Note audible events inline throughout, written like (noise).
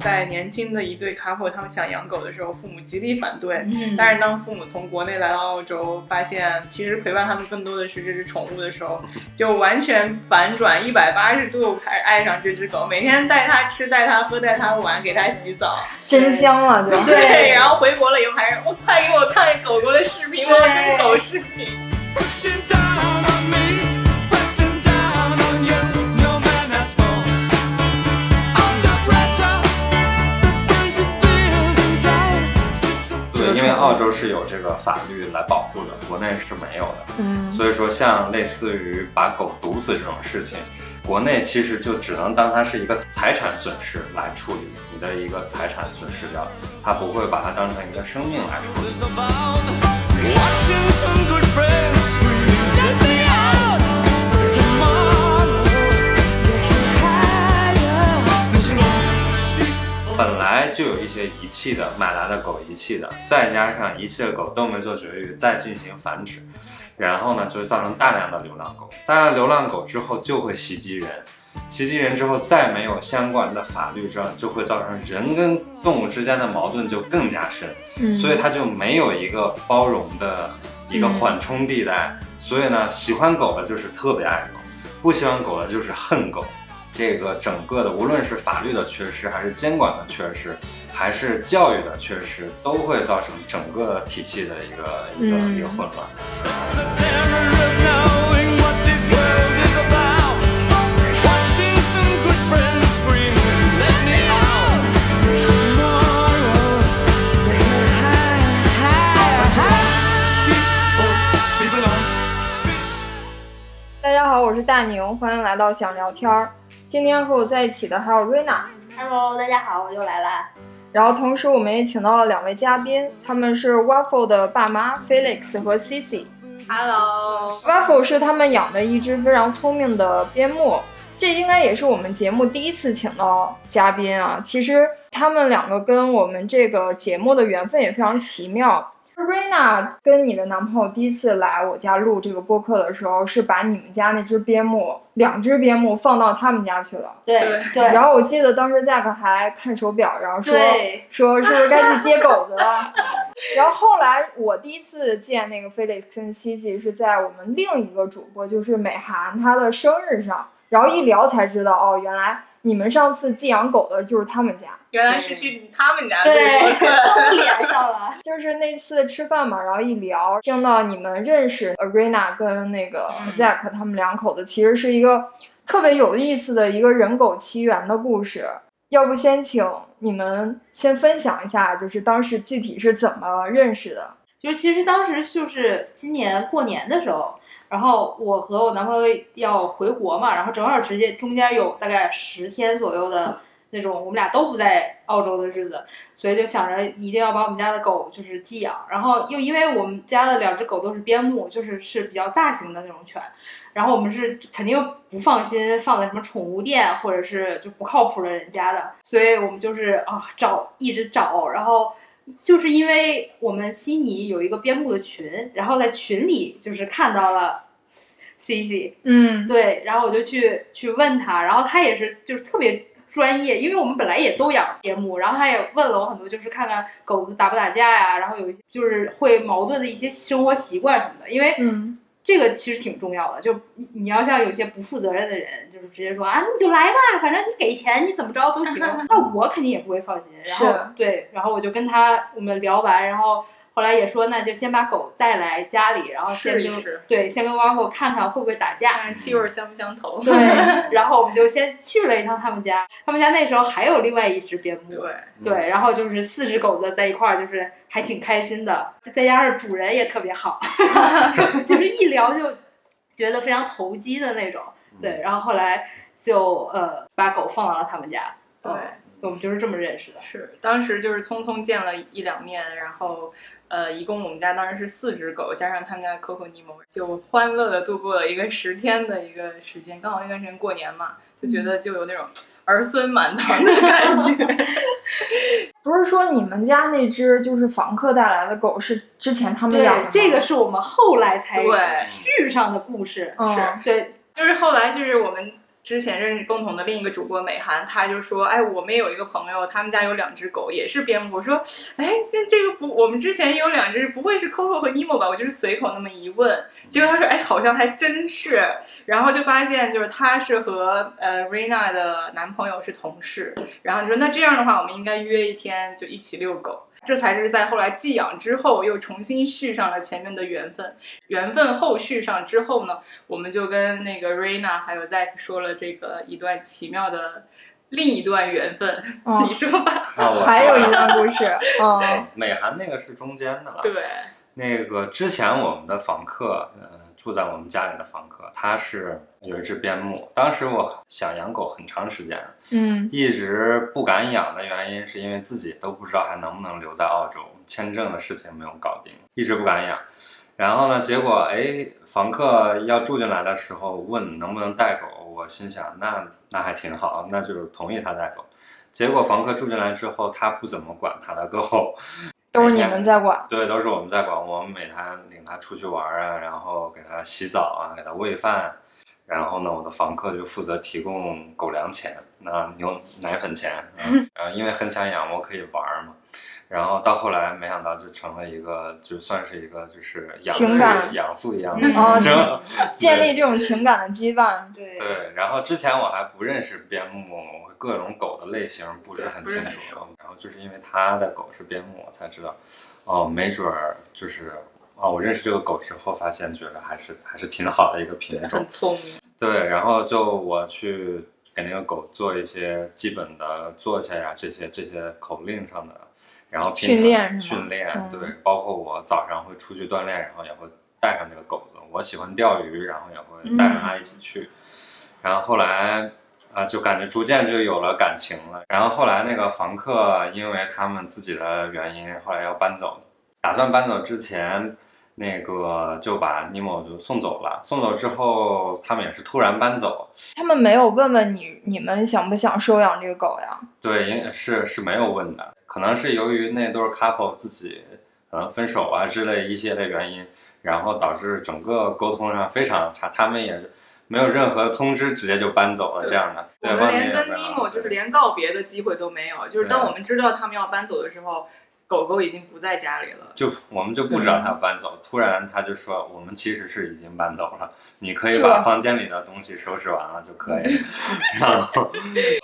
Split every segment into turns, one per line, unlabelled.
在年轻的一对 couple 他们想养狗的时候，父母极力反对。
嗯
但是当父母从国内来到澳洲，发现其实陪伴他们更多的是这只宠物的时候，就完全反转一百八十度，开始爱上这只狗，每天带它吃、带它喝、带它玩，给它洗澡。
真香啊，对吧？
对
(laughs)
然后回国了以后还是，我快给我看狗狗的视频，我要跟狗视频。
Pushing down on me, pressing down on you, no man has fallen. Under pressure, the things you feel inside slips
对，因为澳洲是有这个法律来保护的，国内是没有的。
嗯，
所以说，像类似于把狗毒死这种事情，国内其实就只能当它是一个财产损失来处理，你的一个财产损失掉，它不会把它当成一个生命来处理。
is abound. Watching some good friends screaming, let me out. Tomorrow, get you higher. There's no
本来就有一些遗弃的，买来的狗遗弃的，再加上遗弃的狗都没做绝育，再进行繁殖，然后呢，就会造成大量的流浪狗。大量流浪狗之后就会袭击人，袭击人之后再没有相关的法律上，就会造成人跟动物之间的矛盾就更加深，所以它就没有一个包容的一个缓冲地带。所以呢，喜欢狗的就是特别爱狗，不喜欢狗的就是恨狗。这个整个的，无论是法律的缺失，还是监管的缺失，还是教育的缺失，都会造成整个体系的一个一个、
嗯
一个混乱。
The terror of knowing what this world is about. Watching some good friends screaming, let me out. Tomorrow, get you higher, higher, higher.
大家好，我是大宁，欢迎来到想聊天儿。今天和我在一起的还有瑞娜，
Hello，大家好，我又来啦。
然后同时我们也请到了两位嘉宾，他们是 Waffle 的爸妈 Felix 和 Cici。
Hello，
Waffle 是他们养的一只非常聪明的边牧，这应该也是我们节目第一次请到嘉宾啊。其实他们两个跟我们这个节目的缘分也非常奇妙。Rina 跟你的男朋友第一次来我家录这个播客的时候，是把你们家那只边牧，两只边牧放到他们家去了。
对
对
对，
然后我记得当时 Zack 还看手表，然后说
对
说是不是该去接狗
(laughs)
子了。然后后来我第一次见那个 Felix 跟西西是在我们另一个主播，就是美涵她的生日上，然后一聊才知道哦，原来你们上次寄养狗的就是他们家。
原来是去他们家
对，
对
(laughs) 都连上了。
就是那次吃饭嘛，然后一聊，听到你们认识 Arena 跟那个
嗯
Zack 他们两口子，其实是一个特别有意思的一个人狗奇缘的故事。要不先请你们先分享一下，就是当时具体是怎么认识的？
就是其实当时就是今年过年的时候，然后我和我男朋友要回国嘛，然后正好直接中间有大概十天左右的那种我们俩都不在澳洲的日子，所以就想着一定要把我们家的狗就是寄养，然后又因为我们家的两只狗都是边牧，就是是比较大型的那种犬，然后我们是肯定不放心放在什么宠物店或者是就不靠谱的人家的，所以我们就是啊找一直找，然后就是因为我们悉尼有一个边牧的群，然后在群里就是看到了 C C，
嗯
对，然后我就去去问他，然后他也是就是特别专业，因为我们本来也都养边牧，然后他也问了我很多，就是看看狗子打不打架呀、然后有一些就是会矛盾的一些生活习惯什么的，因为
嗯，
这个其实挺重要的，就你你要像有些不负责任的人，就是直接说啊，你就来吧，反正你给钱，你怎么着
(laughs)
都行。那我肯定也不会放心。然后
是
对，然后我就跟他我们聊完，然后后来也说，那就先把狗带来家里，然后先
试一
跟
试
对，先跟挖狗看看会不会打架。
哦看气味相不相投。
对，然后我们就先去了一趟他们家，他们家那时候还有另外一只边牧，
对，
嗯
对，然后就是四只狗子在一块儿，就是还挺开心的，再加上主人也特别好， (laughs) 就是一聊就觉得非常投机的那种。对，然后后来就呃把狗放到了他们家，嗯
对，
我们就是这么认识的。
是当时就是匆匆见了一两面，然后呃，一共我们家当时是四只狗，加上他们家 Coco 尼莫，就欢乐的度过了一个十天的一个时间。刚好那段时间过年嘛，就觉得就有那种儿孙满堂的感觉。 (laughs)
不是说你们家那只就是房客带来的狗是之前他们养的
对
吗，
这个是我们后来才
对
续上的故事。
嗯
是
对，
就是后来就是我们之前认识共同的另一个主播美涵，她就说，哎，我们有一个朋友，他们家有两只狗，也是边牧。我说， (laughs) 哎，那这个不，我们之前也有两只，不会是 Coco 和 Nemo 吧？我就是随口那么一问，结果他说，哎，好像还真是。然后就发现就是他是和呃 Rena 的男朋友是同事，然后你说那这样的话，我们应该约一天就一起遛狗。这才是在后来寄养之后又重新续上了前面的缘分，缘分后续上之后呢，我们就跟那个 Rena 还有 Zack 说了这个一段奇妙的另一段缘分，
嗯
你说
(laughs)
吧？
啊，我
(laughs) 还有
说
一
了
段故事，
(laughs)
嗯，
美韩那个是中间的了，
对，
那个之前我们的房客，呃，住在我们家里的房客，他是有一只边牧。当时我想养狗很长时间，
嗯
一直不敢养的原因是因为自己都不知道还能不能留在澳洲，签证的事情没有搞定，一直不敢养。然后呢，结果哎，房客要住进来的时候问能不能带狗，我心想那那还挺好，那就同意他带狗。结果房客住进来之后，他不怎么管他的狗，
都是你们在管，
对，都是我们在管，我们每天领它出去玩儿啊，然后给它洗澡啊，给它喂饭，然后呢，我的房客就负责提供狗粮钱，那牛奶
(laughs)
粉钱，嗯，然后因为很想养，我可以玩儿嘛。然后到后来，没想到就成了一个，就算是一个就是养
情感
父养父一样的
嗯
哦
竞争，
建立这种情感的羁绊，
对
对，然后之前我还不认识边牧，我各种狗的类型不是很
不是
清
很
楚。然后就是因为他的狗是边牧，我才知道，哦，没准儿就是哦，我认识这个狗之后，发现觉得还是还是挺好的一个品种
很。聪明，
对，然后就我去给那个狗做一些基本的坐下呀，这些这些口令上的，然后平
训
常
练是吗
训练
嗯
对，包括我早上会出去锻炼，然后也会带上这个狗子。我喜欢钓鱼，然后也会带着它一起去。然后后来啊，就感觉逐渐就有了感情了。然后后来那个房客，因为他们自己的原因，后来要搬走，打算搬走之前，那个就把尼莫就送走了。送走之后，他们也是突然搬走，
他们没有问问你，你们想不想收养这个狗呀？
对，应是是没有问的，可能是由于那对 couple 自己可能分手啊之类一些的原因，然后导致整个沟通上非常差，他们也没有任何通知，直接就搬走了这样的。
我
对，
们
忘记
连
也
跟
没有
Nemo 就是
对
连告别的机会都没有，就是当我们知道他们要搬走的时候，狗狗已经不在家里了。
就我们就不知道他搬走，突然他就说我们其实是已经搬走了，你可以
是吧
把房间里的东西收拾完了就可以。然后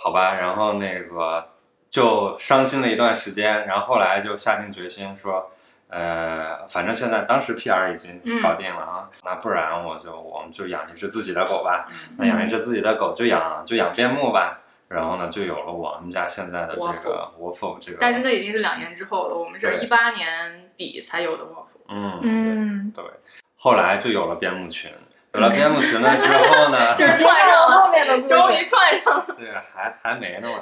好吧，然后那个就伤心了一段时间，然后后来就下定决心说，呃，反正现在当时 PR 已经搞定了啊，那不然我就我们就养一只自己的狗吧，那养一只自己的狗就养就养边牧吧。然后呢，就有了我们家现在的这个 waffle 这个，
但是那已经是两年之后了，我们是
对
一八年底才有的卧铺。
嗯对
嗯，
对，后来就有了边牧群，有了边牧群了之后
(laughs)
呢，
就是
接上后面的故
终
事，
于串上了，
对，还还没呢嘛。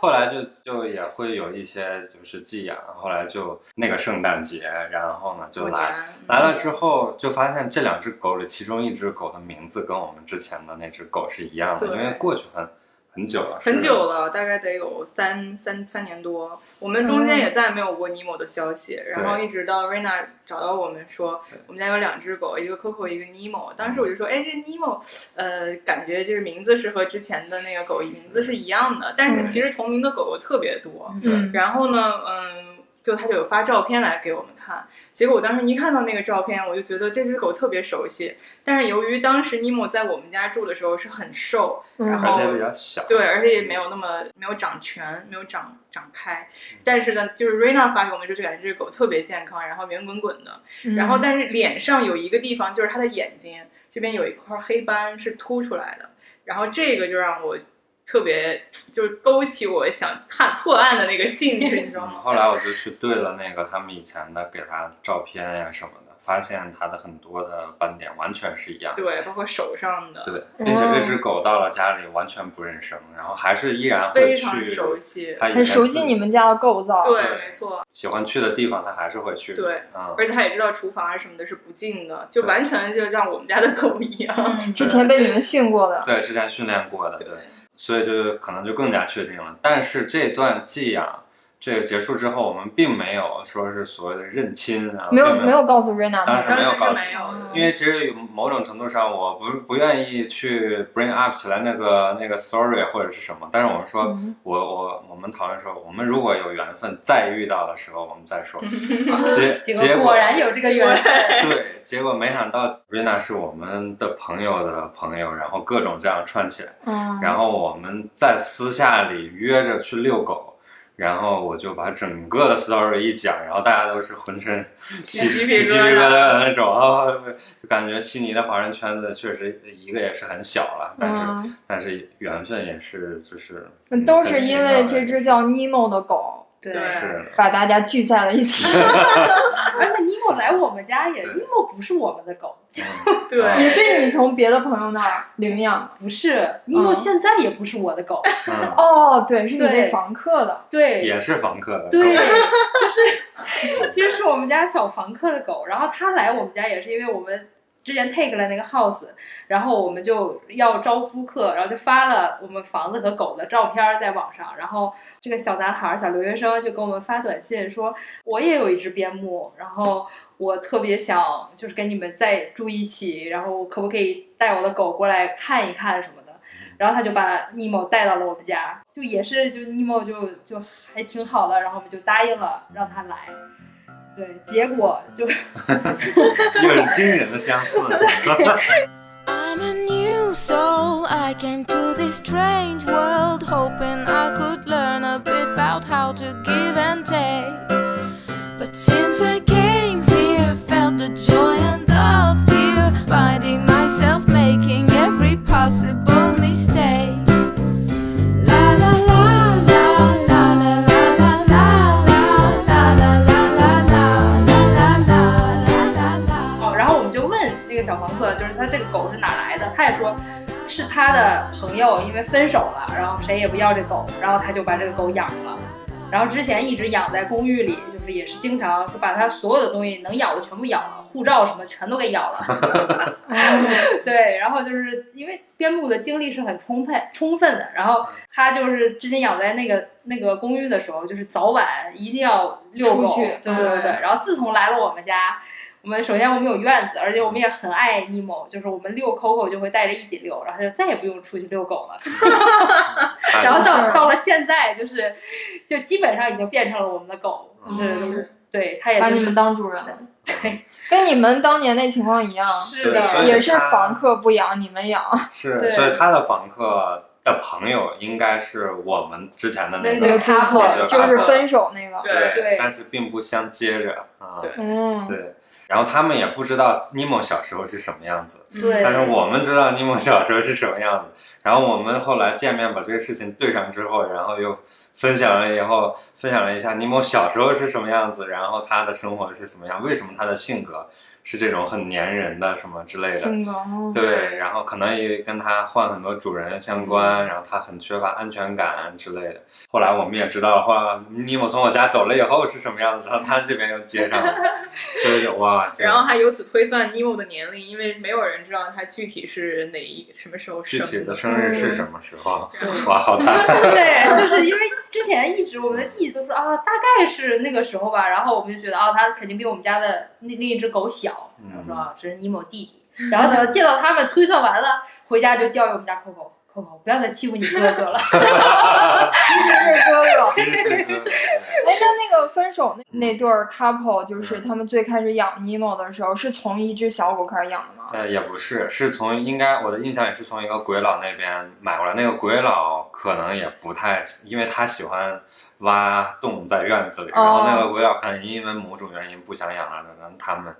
后来就就也会有一些就是寄养，后来就那个圣诞节，然后呢就
过
来
年
来了之后，就发现这两只狗里，其中一只狗的名字跟我们之前的那只狗是一样的，
对
因为过去很很久了，
很
是
久了，大概得有三三三年多。我们中间也再没有过尼莫的消息，然后一直到 Rena 找到我们说
对，嗯
我们家有两只狗，一个 Coco，一个 Nemo。当时我就说，哎，这 Nemo，呃，感觉就是名字是和之前的那个狗名字是一样的，但
嗯
是其实同名的狗狗特别多。
嗯，
然后呢，嗯，就他就有发照片来给我们看。结果我当时一看到那个照片，我就觉得这只狗特别熟悉。但是由于当时尼莫在我们家住的时候是很瘦，
嗯
然
而
后
且比较小，嗯
对，而且也没有那么没有长全，没有长长开。但是呢，就是 Rena 发给我们就是感觉这个狗特别健康，然后圆滚滚的。
嗯
嗯
然后但是脸上有一个地方，就是它的眼睛这边有一块黑斑是凸出来的。然后这个就让我特别就是勾起我想探破案的那个兴致，你知道
嗯
吗？
后来我就去对了那个他们以前的给他照片呀、什么的，发现它的很多的斑点完全是一样的。
对，包括手上的，
对，并且这只狗到了家里完全不认生，然后还是依然会
非
去
常熟悉。
它以前
很熟悉
自
你们家的构造。
对，没错，
喜欢去的地方，它还是会去。
对，
嗯，
而且它也知道厨房啊什么的是不进的，就完全就像我们家的狗一样。
嗯，之前被你们训过的，
对，之前训练过的，对，所以就是可能就更加确定了。但是这段寄养这个结束之后，我们并没有说是所谓的认亲啊，
没有
并
没有告诉瑞娜
当时
他
当
没有
时
告
是
诉
没有的，
因为其实有某种程度上，我不是不愿意去 bring up 起来那个那个 story 或者是什么，但是我们说，
嗯
我我我们讨论说，我们如果有缘分再遇到的时候，我们
(laughs)
再说。结结
结果
果
果然有这个缘分，
对，结果没想到瑞娜是我们的朋友的朋友，然后各种这样串起来，
嗯，
然后我们在私下里约着去遛狗。然后我就把整个的 story 一讲，然后大家都是浑身起
鸡
起
皮
鸡
疙瘩
皮疙瘩的那种啊，就感觉悉尼的华人圈子确实一个也是很小了，但是、
嗯
但是缘分也是就是
那
嗯
都
很
是
奇
因
妙
为
的
这
一
只
个
叫 Nemo 的狗
对
对
是
把大家聚在了一
(laughs)
起。
而且尼莫来我们家也，
对
尼莫不是我们的狗，
嗯
(laughs) 对，
也是你从别的朋友那儿领养的
不是尼莫
嗯
现在也不是我的狗，
嗯，
哦，对，是你
对
那房客的。
对，
也是房客的狗，
对，
(laughs)
就是其实是我们家小房客的狗，然后它来我们家也是因为我们之前 take 了那个 house，然后我们就要招租客，然后就发了我们房子和狗的照片儿在网上，然后这个小男孩儿小留学生就给我们发短信说，我也有一只边牧，然后我特别想就是跟你们再住一起，然后可不可以带我的狗过来看一看什么的。然后他就把尼莫带到了我们家，就也是就尼莫就就还挺好的，然后我们就答应了让他来。对，结果就
又是惊人的相似。
I'm a new soul. I came to this strange world hoping I could learn a bit about how to give and take. But since I came here, felt the joy and the fear, finding myself making every possible mistake. La la la la la la la la la la la la la la la la la la la.
哦，然后我们就问那个小房客，就是他这个狗是哪来的？他也说是他的朋友，因为分手了，然后谁也不要这狗，然后他就把这个狗养了。然后之前一直养在公寓里，就是也是经常就把它所有的东西能咬的全部咬了，护照什么全都给咬了。哦对，然后就是因为边牧的精力是很充沛充分的，然后他就是之前养在那个那个公寓的时候，就是早晚一定要遛
出
狗，
去
对对对对。然后自从来了我们家，我们首先我们有院子，而且我们也很爱尼莫，就是我们遛 Coco 就会带着一起遛，然后就再也不用出去遛狗了。 (laughs) 然
哎
后到到了现在，就是就基本上已经变成了我们的狗，就是对它也
(laughs) 哦把
就
你
是
们当主人了，
对，
跟你们当年那情况一样，
是
嗯对所
的，
以
也是房客不养，你们养。
是，
对
所以他的房客的朋友应该是我们之前的那
对
个
对
个
对
租
对
客
对
就是分手那个，
对
对
但是并不相接着啊。
对
嗯，
对然后他们也不知道尼莫小时候是什么样子，
对
但是我们知道尼莫小时候是什么样子。然后我们后来见面把这个事情对上之后，然后又分享了以后，分享了一下尼莫小时候是什么样子，然后他的生活是什么样，为什么他的性格是这种很粘人的什么之类的。
性格，嗯
对，然后可能也跟他换很多主人相关，
嗯
然后他很缺乏安全感之类的。后来我们也知道，后来尼莫从我家走了以后是什么样子，然后他这边又接
(laughs)
上了，所以就哇，这
然后还由此推算 Nemo 的年龄，因为没有人知道他具体是哪一什么时候
具
生
体的生日是什么时候？
对
哇，好
(laughs)
惨！
对，就是因为之前一直我们的弟弟都说啊，大概是那个时候吧，然后我们就觉得啊，他肯定比我们家的那那一只狗小，
嗯
然后说啊，这是尼莫弟弟，然后等见到他们推算完了，回家就教育我们家 Coco。Coco，不要再欺负你哥哥了。
其实是哥哥。
其实这个
哎，那那个分手那那对儿 couple，就是
嗯
他们最开始养 Nemo 的时候，是从一只小狗开始养的吗？
呃，也不是，是从应该我的印象也是从一个鬼佬那边买过来。那个鬼佬可能也不太，因为他喜欢挖洞在院子里，然后
哦
那个鬼佬可能因为某种原因不想养了，然后他们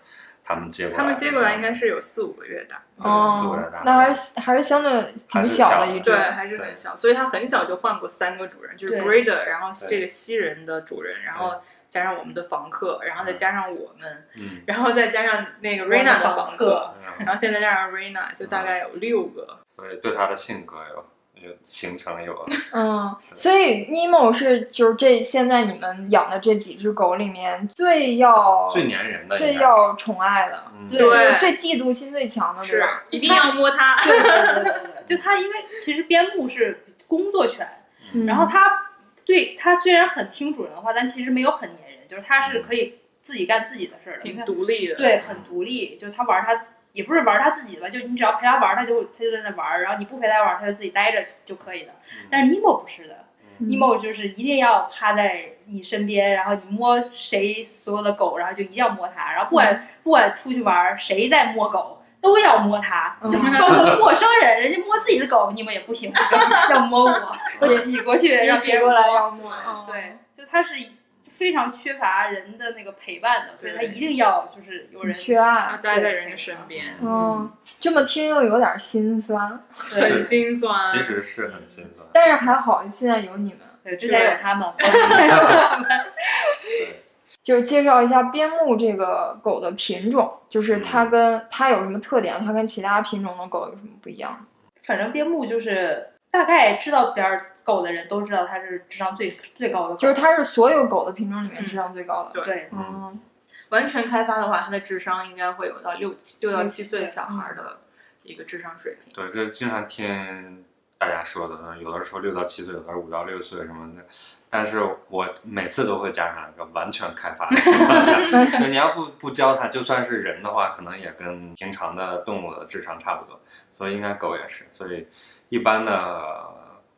他们接过来，
他们接过来应该是有四五个月大，
对四五
哦
个人大，，
那还是还是相对挺的一只
对，
对，
还是很小，所以它很小就换过三个主人，就是
对
breeder，然后
对
这个西人的主人，然后加上我们的房客，然后再加上我们，
嗯，
然后再加上那个
我的
Rena
房
房
客，
嗯
然后现在加上 Rena 就大概有六个。
所以对他的性格有有形成有
嗯，所以 Nemo 是就是这现在你们养的这几只狗里面最要
最粘人的
哦
应该
最
是，
要宠爱的，
嗯
对
就是最嫉妒心最强的，
嗯
对
是啊
啊
吧？，
一定要摸它。
对对对对对，就他因为其实边牧是工作犬，
嗯
然后他对他虽然很听主人的话，但其实没有很粘人，就是他是可以自己干自己的事儿的，
挺
像
独立的，，
对，很独立，就他玩儿他也不是玩儿他自己吧，就你只要陪他玩儿，他就他就在那玩儿，然后你不陪他玩儿，他就自己待着就可以了。但是尼莫不是的，
嗯
尼莫就是一定要趴在你身边，然后你摸谁所有的狗，然后就一定要摸它，然后不管、
嗯
不管出去玩儿谁在摸狗。都要摸它，就
嗯
包括陌生人，人家摸自己的狗，你们也不行， (laughs) 要摸我，我挤过去让
一
别
起
人
过来
摸
要摸，嗯
对，，就他是非常缺乏人的那个陪伴的，所以他一定要就是有人
缺爱
要，待在人家身边，
嗯，这么听又有点心酸，
是
很心酸。
嗯其实是很心酸。
但是还好现在有你们。
对，之前有他们，后来现在有他们，
就是介绍一下边牧这个狗的品种，就是它跟它有什么特点，它跟其他品种的狗有什么不一样？
反正边牧就是大概知道点儿狗的人都知道它是智商最最高的狗，
就是它是所有狗的品种里面
嗯
智商最高的。
对，
嗯
嗯，
完全开发的话，它的智商应该会有到六七六到七岁
对
小孩的一个智商水平。
对，这经常听大家说的，嗯有的人说六到七岁，有的人五到六岁什么的。但是我每次都会加上一个完全开发的情况
(laughs)
下，就你要不不教它，就算是人的话，可能也跟平常的动物的智商差不多，所以应该狗也是。所以一般的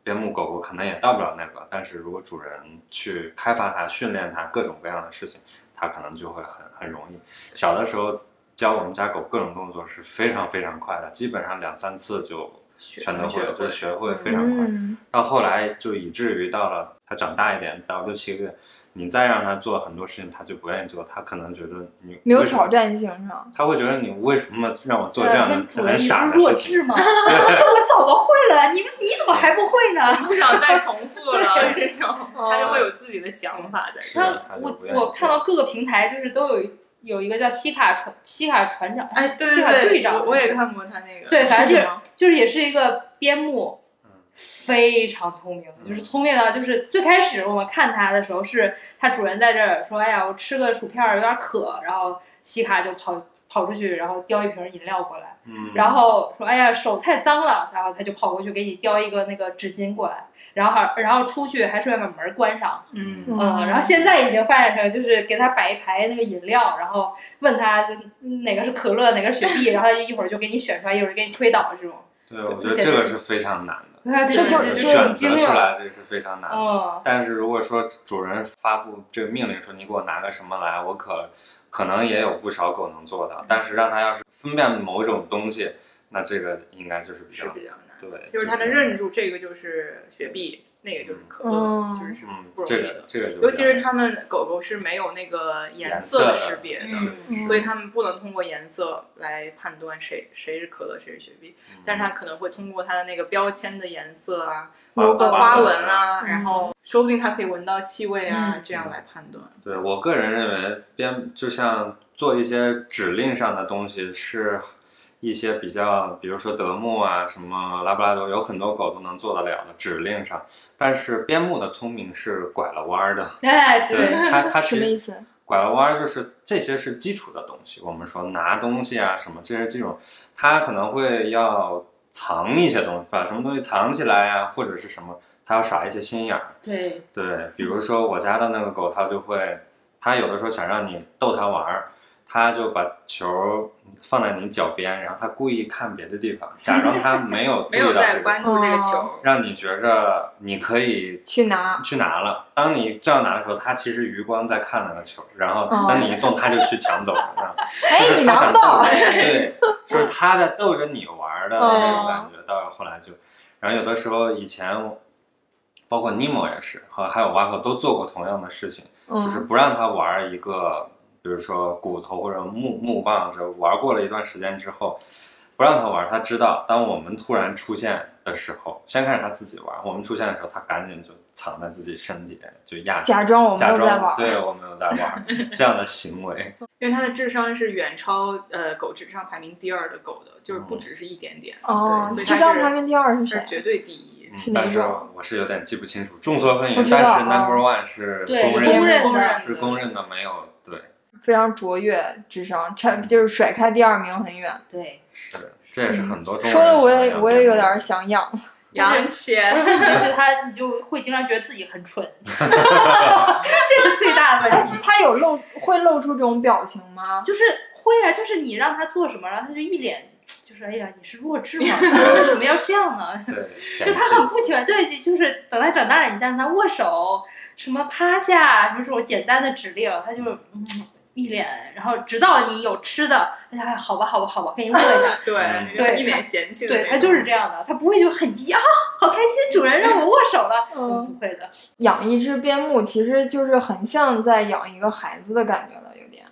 边牧狗狗可能也到不了那个，但是如果主人去开发它、训练它各种各样的事情，它可能就会很很容易。小的时候教我们家狗各种动作是非常非常快的，基本上两三次就全都会，
学会
就学会非常快。
嗯，
到后来就以至于到了它长大一点，到六七个月，你再让它做很多事情，它就不愿意做，它可能觉得你
没有
为什么
挑，战性是吧？
它会觉得你为什么让我做这
对
样
说
的
主人
很
你不
傻
是
的
弱
事情？
智
(laughs)
吗？我早都会了，你们你怎么还不会呢？
不想再重复 (laughs) 了这种，
哦
他就会有自己的想法在。
是
然
他
后
就
我
不愿意
我
做
看到各个平台就是都有一有一个叫西卡船西卡船长，
哎，对
西卡队
对对，
长，
我我也看过他那个。
对，反正
是
就是
吗
就是也是一个边牧
嗯，
非常聪明，
嗯
就是聪明到就是最开始我们看它的时候是它主人在这儿说，哎呀，我吃个薯片儿有点渴，然后西卡就跑跑出去，然后叼一瓶饮料过来，
嗯，
然后说，哎呀，手太脏了，然后它就跑过去给你叼一个那个纸巾过来，然后还然后出去还顺便把门关上，
嗯，
嗯
嗯，然后现在已经发展成就是给他摆一排那个饮料，然后问他就哪个是可乐，哪个是雪碧，然后他就一会儿就给你选出来，一会儿就给你推倒这种。
对，我觉得这个是非常难的，
他
这就
就
这
是
选
很
择
精
出
了。
来这个是非常难的。
嗯，
但是如果说主人发布这个命令说你给我拿个什么来，我可可能也有不少狗能做
嗯
到，但是让它要是分辨某种东西，那这个应该就是比
是
较
比较难。
对，
就是他
这
能
个
认住这个就是雪碧，那个就是可乐，
嗯
就是是
嗯
不，容
这
易
个
的。
这个就
尤其是
比较
他们狗狗是没有那个
颜
色
的
识别的，
是
嗯
所以他们不能通过颜色来判断谁谁是可乐，谁是雪碧，但是他可能会通过它的那个标签的颜色啊、
嗯
呃
花
花
纹
纹啊，
嗯
然后说不定它可以闻到气味啊，这样来判断。
对我个人认为，编就像做一些指令上的东西，是一些比较，比如说德牧啊，什么拉布拉多，有很多狗都能做得了的指令上。但是边牧的聪明是拐了弯儿的，
(laughs) 哎，
对
对，
它它
什
其
么
实
意思？
拐了弯儿就是这些是基础的东西，我们说拿东西啊什么，这些这种，它可能会要藏一些东西，把什么东西藏起来啊，或者是什么，它要耍一些心眼儿。
对，
对，比如说我家的那个狗，它就会，它有的时候想让你逗它玩儿，它就把球放在你脚边，然后它故意看别的地方，假装它没有注
(laughs) 没
意到
有
这
在
个
关
球，
注这个
哦
球，
让你觉着你可以
去拿，
去拿了。当你这样拿的时候，它其实余光在看那个球，然后
哦
当你一动，它就去抢走了。嗯
哎，你拿不
(laughs)
到，
对，就是他在逗着你玩儿的那种
哦
感觉，到后来就，然后有的时候以前，包括尼莫也是，和还有 Waffle 都做过同样的事情，就是
嗯，
不让他玩儿一个，比如说骨头或者木木棒，是玩过了一段时间之后，不让他玩儿，他知道当我们突然出现的时候，先开始他自己玩儿，我们出现的时候，他赶紧就藏在自己身体里，就压制
假装我没
假
有在
装
玩。
对我没有在
(laughs)
玩儿这样的行为。
因为它的智商是远超呃狗智商排名第二的狗的，就是不只是一点点，
哦，
对，所以
知道排
它
名第二是
是
谁
是？绝对第一。
嗯
是哪
但是
种
我是有点记不清楚，众说纷
不
纭，
知道
但是
啊
number one 是
对
公
是公
认
认
公
的
认
的，是公认的，没有对，
非常卓越，智商差就是甩开第二名很远。
对，
是这也是很多中
嗯说
国人
的我
喜
也
欢
我也有
养
点
的
儿想养。
杨
我
千
的问题是他你就会经常觉得自己很
(laughs)
蠢，这是最大的问
哎
题。，
他有露会露出这种表情吗？
就是会啊，就是你让他做什么，然后他就一脸就是哎呀，你是弱智吗？为什么要这样呢？
对，嫌
就
弃
他很不喜欢，对，就就是等他长大了，你再让他握手，什么趴下，什么这种简单的指令，他就嗯一脸，然后直到你有吃的，他就哎好吧好吧好吧，给你握一下，
(laughs)
嗯
对
对
一脸嫌弃的那
对
种，
他就是这样的，他不会就很急啊，好开心，主人让我握手了，
嗯
不会的，
养一只边牧其实就是很像在养一个孩子的感觉了，有点。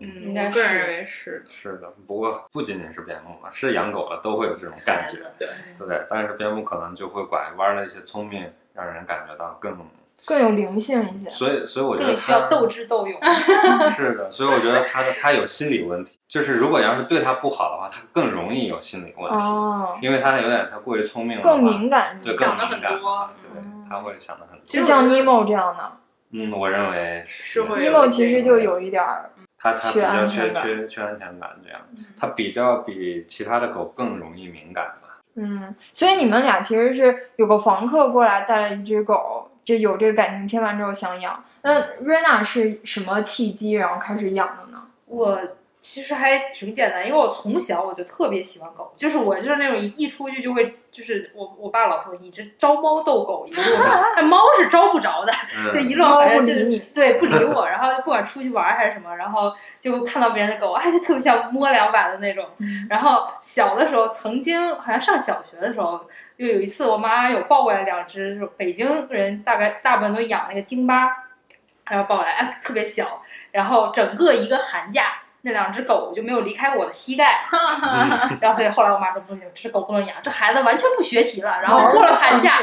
嗯，
嗯，
应该
我个人
是
认为是的，
是的。不过不仅仅是边牧嘛，是养狗了都会有这种感觉，
孩子
对，
对。但是边牧可能就会拐弯的一些聪明，让人感觉到更。
更有灵性一些。
所以，所以我觉得
更需
他
要斗智斗勇，
(laughs)
嗯
是的，所以我觉得他的他有心理问题，就是如果要是对他不好的话，他更容易有心理问题，
哦，
因为他有点他过于聪明了，
更敏感，
对，
就
更
想得
敏
很
感
多
了对，
嗯
他会想的很多。
像 Nemo 这样的
嗯，我认为是
是会有
，Nemo 其实就有一点儿，
他他比
缺
较
安
缺
全感
缺缺安全感这样，
嗯
他比较比其他的狗更容易敏感
(laughs)
吧。
嗯，所以你们俩其实是有个房客过来带了一只狗，就有这个感情牵绊之后想养。那瑞娜是什么契机，然后开始养的呢？
(laughs) 我其实还挺简单，因为我从小我就特别喜欢狗，就是我就是那种一出去就会，就是我我爸老说你这招猫逗狗
(laughs)
一路上，但猫是招不着的，
嗯
就一路上
猫
反
不
正就
理
是。
你，
对，不理我，然后不管出去玩还是什么，然后就看到别人的狗，哎，就特别想摸两把的那种。然后小的时候，曾经好像上小学的时候，又有一次我妈有抱过来两只，就是北京人大概大部分都养那个京巴，然后抱过来，哎，特别小，然后整个一个寒假。那两只狗就没有离开我的膝盖， (laughs)
嗯
然后所以后来我妈说不行，这狗不能养，这孩子完全不学习了。然
嗯
后过了寒假，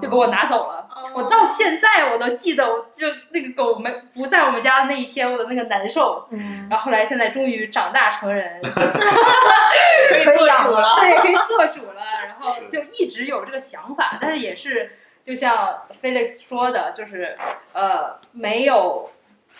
就给我拿走了。我到现在我都记得，我就那个狗没不在我们家的那一天，我的那个难受。
嗯，
然后后来现在终于长大成人，
可以做主了。
对，可以做主了。然后就一直有这个想法，但是也是就像 Felix 说的，就是呃，没有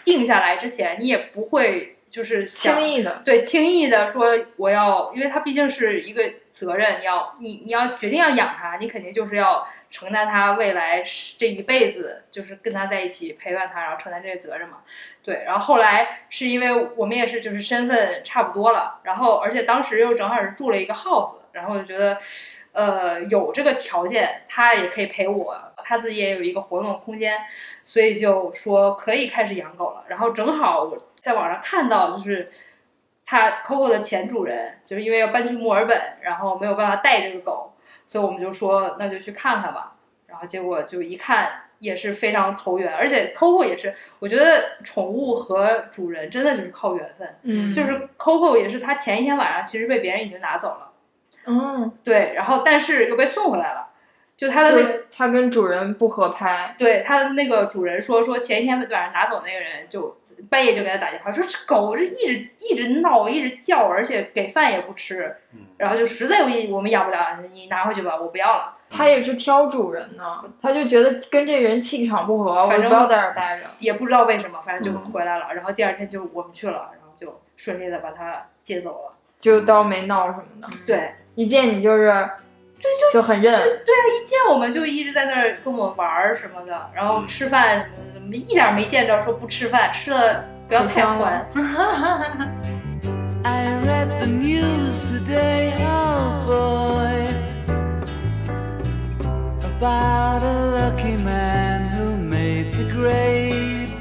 定下来之前，你也不会就是想
轻易的，
对，轻易的说我要，因为它毕竟是一个责任，你要你你要决定要养它，你肯定就是要承担它未来是这一辈子，就是跟它在一起陪伴它，然后承担这些责任嘛。对，然后后来是因为我们也是就是身份差不多了，然后而且当时又正好是住了一个 house，然后我就觉得，呃，有这个条件，他也可以陪我，他自己也有一个活动空间，所以就说可以开始养狗了。然后正好我在网上看到就是。他 Coco 的前主人就是因为要搬去墨尔本，然后没有办法带这个狗，所以我们就说那就去看看吧。然后结果就一看也是非常投缘，而且 Coco 也是，我觉得宠物和主人真的就是靠缘分。
嗯，
就是 Coco 也是，他前一天晚上其实被别人已经拿走了，
嗯，
对，然后但是又被送回来了，就他的
就
那个
是它跟主人不合拍，
对他的那个主人说说前一天晚上拿走那个人就半夜就给他打电话说这狗是一直一直闹一直叫，而且给饭也不吃，
嗯
然后就实在我们养不了，你拿回去吧，我不要了，
它也是挑主人呢，它就觉得跟这人气场不合，我
反
不
正
要在这儿待着。
也不知道为什么，反正就
嗯
回来了。然后第二天就我们去了，然后就顺利的把它接走了。
就倒没闹什么的。
对，
一见你就是，就很认，
呃啊一见我们就一直在那儿跟我玩儿什么的，然后
嗯
吃饭什么的，一点没见着说不吃饭，吃的不要
互
太
相
欢。
I read the news today, oh boy, about a lucky man who made the grade.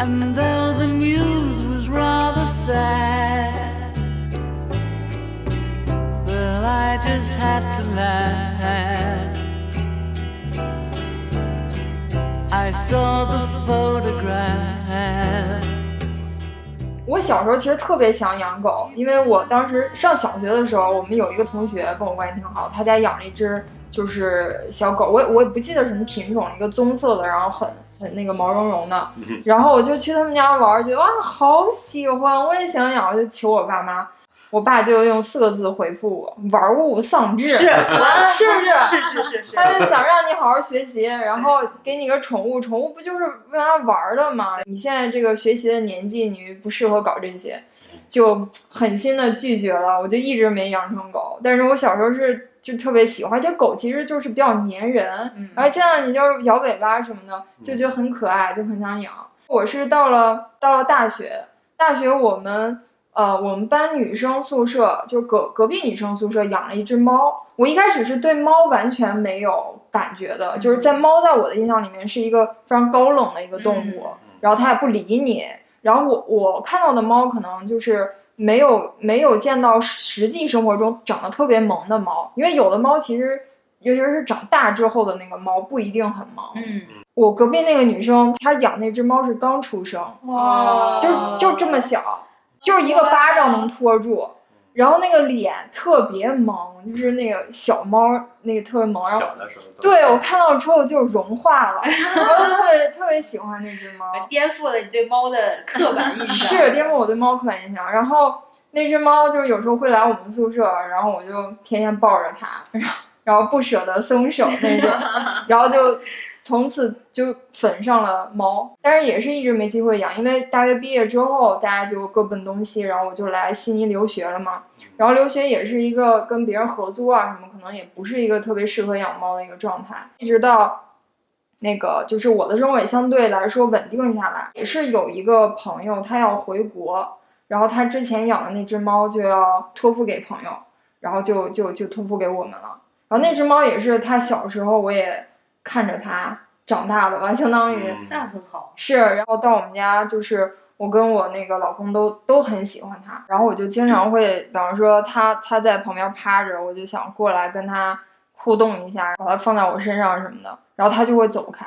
And though the news was rather sad, well, I just had to laugh. I saw the photograph.
我小时候其实特别想养狗，因为我当时上小学的时候，我们有一个同学跟我关系挺好，他家养了一只就是小狗，我也我也不记得什么品种，一个棕色的，然后很很那个毛茸茸的
嗯哼，
然后我就去他们家玩儿，觉得哇好喜欢，我也想养，我就求我爸妈，我爸就用四个字回复我：玩物丧志。
是我
(laughs) 是不是
是是是是，
他就想让你好好学习，然后给你个宠物，宠物不就是为它玩儿的吗？你现在这个学习的年纪，你不适合搞这些，就狠心的拒绝了。我就一直没养成狗，但是我小时候是就特别喜欢，而且狗其实就是比较粘人，
嗯
然后见到你就是摇尾巴什么的，就觉得很可爱，就很想养。我是到了到了大学，大学我们呃我们班女生宿舍就隔隔壁女生宿舍养了一只猫。我一开始是对猫完全没有感觉的，就是在猫在我的印象里面是一个非常高冷的一个动物，
嗯
然后它也不理你。然后我我看到的猫可能就是没有没有见到实际生活中长得特别萌的猫，因为有的猫其实尤其是长大之后的那个猫不一定很萌。
嗯
我隔壁那个女生，她养那只猫是刚出生，
哇，
就就这么小，就是一个巴掌能托住，然后那个脸特别萌，就是那个小猫那个特别萌，然后
小的时候都
对我看到之后就融化了，然后就特别特别喜欢那只猫，
颠覆了你对猫的刻板印象。
是颠覆我对猫刻板印象。然后那只猫就是有时候会来我们宿舍，然后我就天天抱着它，然后然后不舍得松手那种， (laughs) 然后就从此就粉上了猫。但是也是一直没机会养，因为大学毕业之后大家就各奔东西，然后我就来悉尼留学了嘛。然后留学也是一个跟别人合租啊什么，可能也不是一个特别适合养猫的一个状态，一直到。那个就是我的生活也相对来说稳定下来，也是有一个朋友他要回国，然后他之前养的那只猫就要托付给朋友，然后就就就托付给我们了。然后那只猫也是他小时候我也看着它长大的吧，相当于、
嗯
那很好，
是，然后到我们家就是我跟我那个老公都都很喜欢它，然后我就经常会，比方说它它在旁边趴着，我就想过来跟它互动一下，把它放在我身上什么的，然后它就会走开，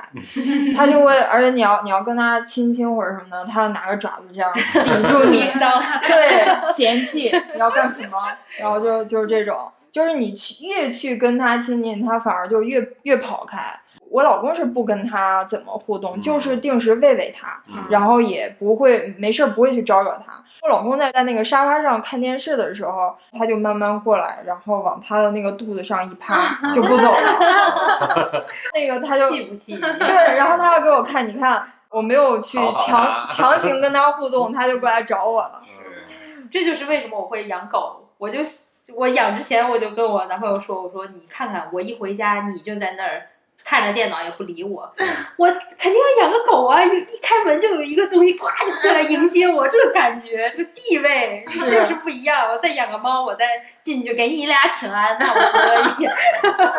它就会，而且你要你要跟它亲亲或者什么的，它拿个爪子这样顶住你，
(laughs) 叮当，
对，嫌弃你要干什么，然后就就是这种，就是你去越去跟他亲近，他反而就越越跑开。我老公是不跟他怎么互动，
嗯
就是定时喂喂他，
嗯
然后也不会没事儿不会去招惹他。我老公在在那个沙发上看电视的时候，他就慢慢过来，然后往他的那个肚子上一趴，就不走
(laughs)
了。那个他就
气不气？
对，然后他要给我看，你看我没有去
讨好
强
他
强行跟他互动，他就过来找我了。
嗯是
这就是为什么我会养狗。我就我养之前我就跟我男朋友说，我说你看看，我一回家你就在那儿。看着电脑也不理我，我肯定要养个狗啊！一一开门就有一个东西呱就过来迎接我，这个感觉，这个地位
是
就是不一样。我再养个猫，我再进去给你俩请安，那我可以。 (laughs)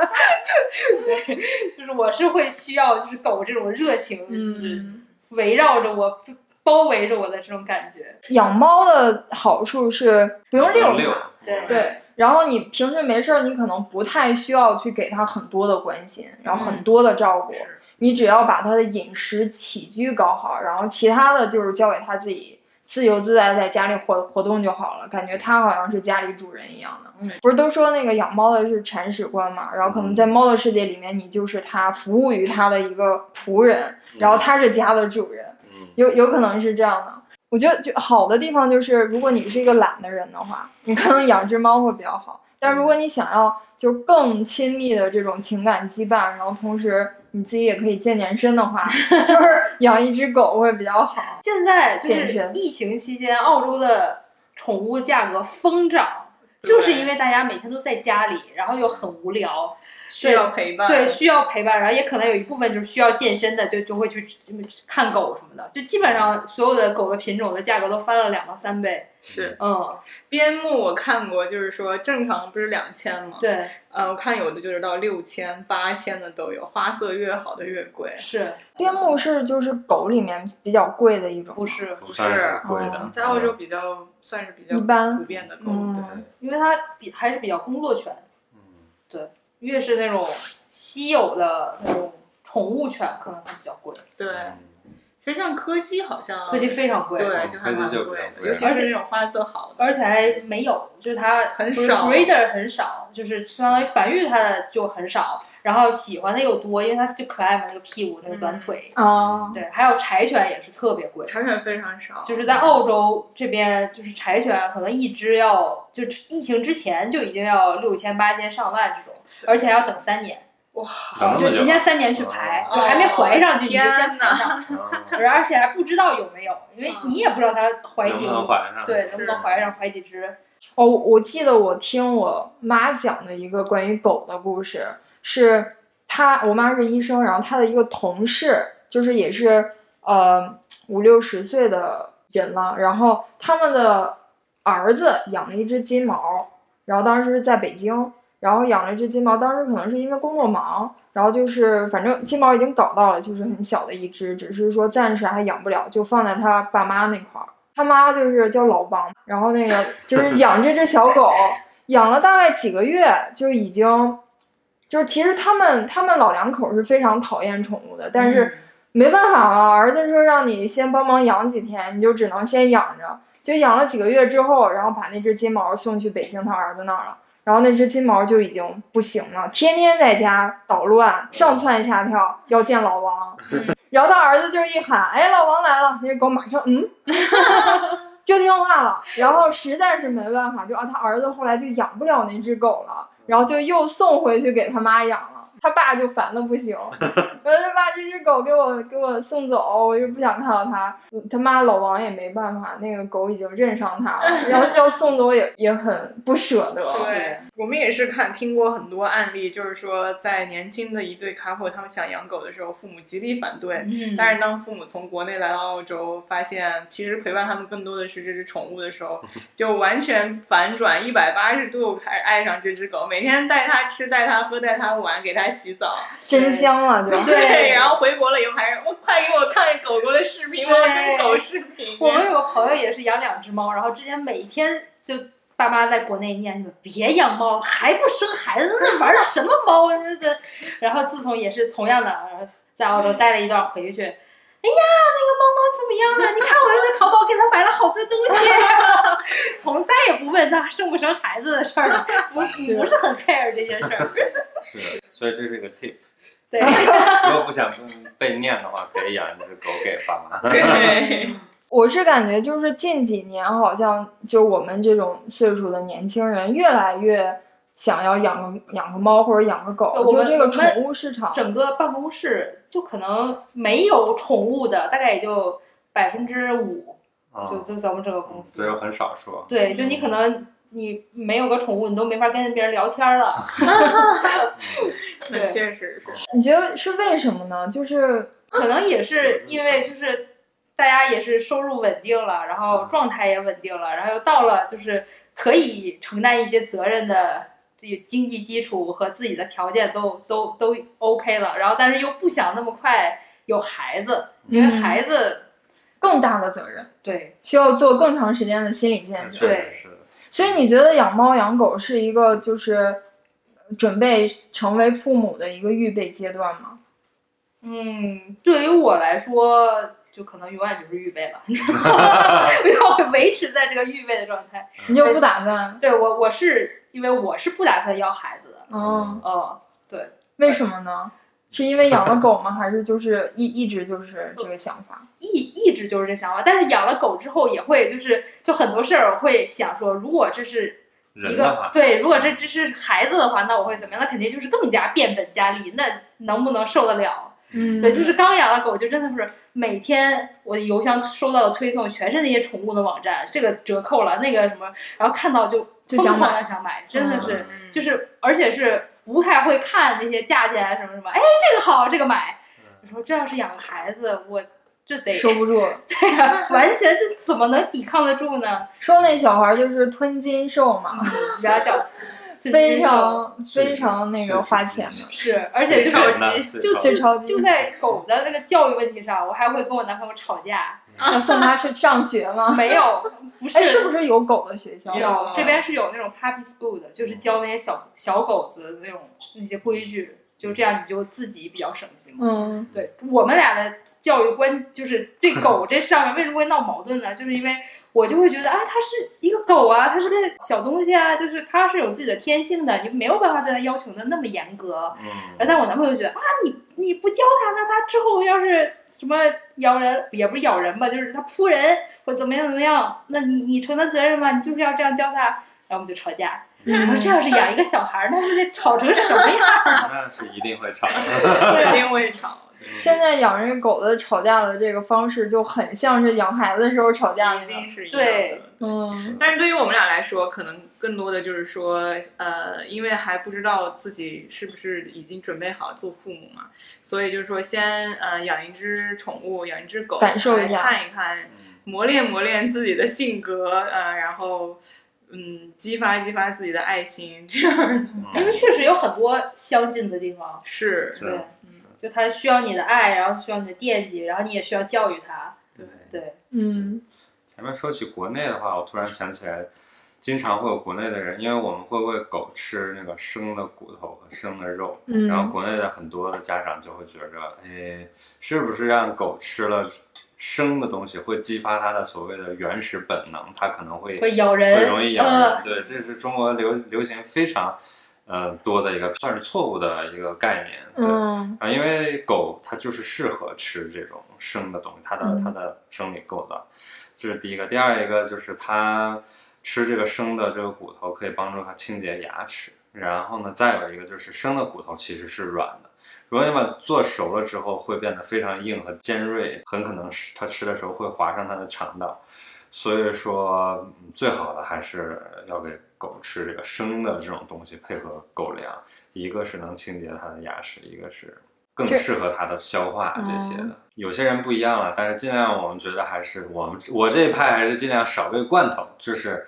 对，就是我是会需要，就是狗这种热情，就是
嗯，
围绕着我，包围着我的这种感觉。
养猫的好处是不用遛
遛
它，，
对
对。然后你平时没事儿，你可能不太需要去给它很多的关心，然后很多的照顾。你只要把它的饮食起居搞好，然后其他的就是交给它自己自由自在在家里活活动就好了。感觉它好像是家里主人一样的。
嗯，
不是都说那个养猫的是铲屎官嘛？然后可能在猫的世界里面，你就是它服务于它的一个仆人，然后它是家的主人。
嗯
有有可能是这样的。我觉得就好的地方就是，如果你是一个懒的人的话，你可能养只猫会比较好。但如果你想要就更亲密的这种情感羁绊，然后同时你自己也可以健健身的话，就是 (laughs) 养一只狗会比较好。
现在就
健
是
身
疫情期间，澳洲的宠物价格疯涨，就是因为大家每天都在家里，然后又很无聊，
需要陪伴，
对，需要陪伴，然后也可能有一部分就是需要健身的，就就会去看狗什么的，就基本上所有的狗的品种的价格都翻了两到三倍。
是
嗯，
边牧我看过，就是说正常不是两千吗？，
对，
呃，我看有的就是到六千、八千的都有，花色越好的越贵。
是
边牧是就是狗里面比较贵的一种，
不是？嗯
不算是贵的
哦，
在澳洲比较算是比较
一般
普遍的狗，对
嗯，
因为它比还是比较工作犬，
嗯
越是那种稀有的那种宠物犬，可能它比较贵。
对。
嗯
其实际上柯基好像
科技非常贵，
对，就还蛮
柯基就比较
贵的，
贵
尤其是那种花色好的。
而且还没有，就是它
很少
breeder 很少，就是相当于繁育它的就很少，然后喜欢的又多，因为它就可爱嘛，那个屁股那个短腿，
啊，
对，还有柴犬也是特别
嗯
贵，
柴犬非常少，
就是在澳洲这边，就是柴犬可能一只要就疫情之前就已经要六千八千上万这种，而且还要等三年，
等那
就
么
提
久
前三年
嗯
去排，
哦
就还没怀上去你就先
天嗯
排上，
啊，
而且还不知道有没有，因为你也不知道它 (laughs) 怀
能
几
不
个，
能怀上？
对，能不能
是
怀上怀几只，
哦，我记得我听我妈讲的一个关于狗的故事，是她，我妈是医生，然后她的一个同事，就是也是呃五六十岁的人了，然后他们的儿子养了一只金毛，然后当时是在北京，然后养了一只金毛，当时可能是因为工作忙，然后就是反正金毛已经搞到了，就是很小的一只，只是说暂时还养不了，就放在他爸妈那块儿。他妈就是叫老王，然后那个就是养这只小狗，养了大概几个月就已经，就是其实他们他们老两口是非常讨厌宠物的，但
嗯
是没办法啊，儿子说让你先帮忙养几天，你就只能先养着，就养了几个月之后，然后把那只金毛送去北京他儿子那儿了。然后那只金毛就已经不行了，天天在家捣乱，上蹿下跳，要见老王。 (laughs) 然后他儿子就一喊：“哎，老王来了！”那只狗马上嗯， (laughs) 就听话了。然后实在是没办法，就啊，他儿子后来就养不了那只狗了，然后就又送回去给他妈养了。他爸就烦的不行，然后他爸这只狗给我给我送走，我就不想看到它。嗯他妈老王也没办法，那个狗已经认上他了，要要送走也也很不舍得。
对，我们也是看听过很多案例，就是说在年轻的一对 couple 他们想养狗的时候，父母极力反对。
嗯
但是当父母从国内来到澳洲，发现其实陪伴他们更多的是这只宠物的时候，
嗯
(laughs) 就完全反转一百八十度，开始爱上这只狗，每天带它吃、带它喝、带它玩，给它洗澡。
真香啊了，就
对
(laughs) 然后回国了以后还是我哦快给我看狗狗的视频，我
对
要跟狗视频。
我们有个朋友也是养两只猫，然后之前每天就爸妈在国内念你们别养猫了，还不生孩子，那玩的什么猫？啊这这，然后自从也是同样的，然后在澳洲待了一段回去，哎呀，那个猫猫怎么样了？啊你看我又在淘宝给它买了好多东西，啊 (laughs) 从再也不问它生不生孩子的事儿了，不不是很 care 这件事儿。
是的，所以这是一个 tip。
对，
如果不想被念的话，可以养一只狗给爸妈。
对，
我是感觉就是近几年，好像就我们这种岁数的年轻人越来越想要养个养个猫或者养个
对
狗，
我
就
们
这个宠物市场，
整个办公室就可能没有宠物的，大概也就百分之五就
嗯，
就咱们这个公
只
司，
有很少数。
对，就你可能你没有个宠物，你都没法跟别人聊天了。
嗯
那
对
确实是。
你觉得是为什么呢？就是
可能也是因为就是大家也是收入稳定了，然后状态也稳定了，然后又到了就是可以承担一些责任的这个经济基础和自己的条件都都都 OK 了，然后但是又不想那么快有孩子，因为
嗯
孩子
更大的责任，
对
需要做更长时间的心理建
嗯，
设。
确实是。
所以你觉得养猫养狗是一个就是呃准备成为父母的一个预备阶段吗？
嗯，对于我来说，就可能永远就是预
(laughs)
备了，要维持在这个预备的状态。
你就不打算？
对我，我是因为我是不打算要孩子的，
嗯，
嗯，
为什么呢？是因为养了狗吗？还是就是一一直就是这个想法？
一一直就是这想法。但是养了狗之后，也会就是就很多事儿，我会想说，如果这是一
嗯人的
个
话，
对，如果这只是孩子的话，那我会怎么样？那肯定就是更加变本加厉，那能不能受得了？
嗯
对，就是刚养了狗，就真的是每天我的邮箱收到的推送全是那些宠物的网站，这个折扣了，那个什么，然后看到就
就
疯
想
狂的想买，真的是，
嗯
就是而且是不太会看那些价钱啊什么什么，哎，这个好，这个买。
嗯
你说这要是养个孩子，我这得
收不住了。
对呀、完全这怎么能抵抗得住呢？
说那小孩就是吞金兽嘛，
然后叫
嗯 (laughs) 非常
是
非常那个花钱的。
是，而且就是
最少的
就
最
少的
就就在狗的那个教育问题上，我还会跟我男朋友吵架，
嗯
要送他去上
(laughs)
学吗？
没有，不
哎，是不是有狗的学校？
有这边是有那种 puppy school 的，就是教那些小小狗子那种那些规矩，就这样你就自己比较省心嘛。
嗯，
对我们俩的教育观，就是对狗这上面为什么会闹矛盾呢？就是因为我就会觉得啊，它是一个狗啊，它是个小东西啊，就是它是有自己的天性的，你没有办法对它要求的那么严格。
嗯
(laughs) 然后，但我男朋友就觉得啊，你你不教它，那它之后要是什么咬人，也不是咬人吧，就是它扑人或怎么样怎么样，那你你承担责任吧，你就是要这样教它。嗯然后我们就吵架，我说这要是养一个小孩儿，那是得吵成什么样？
那是一定会
(laughs)
嗯吵。
肯定会吵。
现在养这狗的吵架的这个方式就很像是养孩子的时候吵架
已
一样。
经是一样
对
的。
嗯，
但是对于我们俩来说，可能更多的就是说，呃，因为还不知道自己是不是已经准备好做父母嘛，所以就是说先呃养一只宠物，养一只狗，
感受一
来
下
看一看，
嗯
磨练磨练自己的性格，呃，然后嗯激发激发自己的爱心，这样
嗯因为确实有很多相近的地方，
(laughs)
是
嗯是
对，嗯就它需要你的爱，然后需要你的惦记，然后你也需要教育它，
对。
对，
嗯，
前面说起国内的话，我突然想起来，经常会有国内的人，因为我们会喂狗吃那个生的骨头和生的肉，
嗯
然后国内的很多的家长就会觉着，哎，是不是让狗吃了生的东西会激发它的所谓的原始本能，它可能会
会咬人，
会容易咬人。
呃
对，这是中国流流行非常呃多的一个算是错误的一个概念。对
嗯
啊，因为狗它就是适合吃这种生的东西，它的、它的生理构造，这是第一个。第二一个就是它吃这个生的这个骨头可以帮助它清洁牙齿，然后呢，再有一个就是生的骨头其实是软的。如果你把它做熟了之后，会变得非常硬和尖锐，很可能是它吃的时候会划伤它的肠道。所以说，嗯最好的还是要给狗吃这个生的这种东西，配合狗粮，一个是能清洁它的牙齿，一个是更
这
适合它的消化这些
嗯
的。有些人不一样了，但是尽量我们觉得还是我们我这一派还是尽量少喂罐头，就是。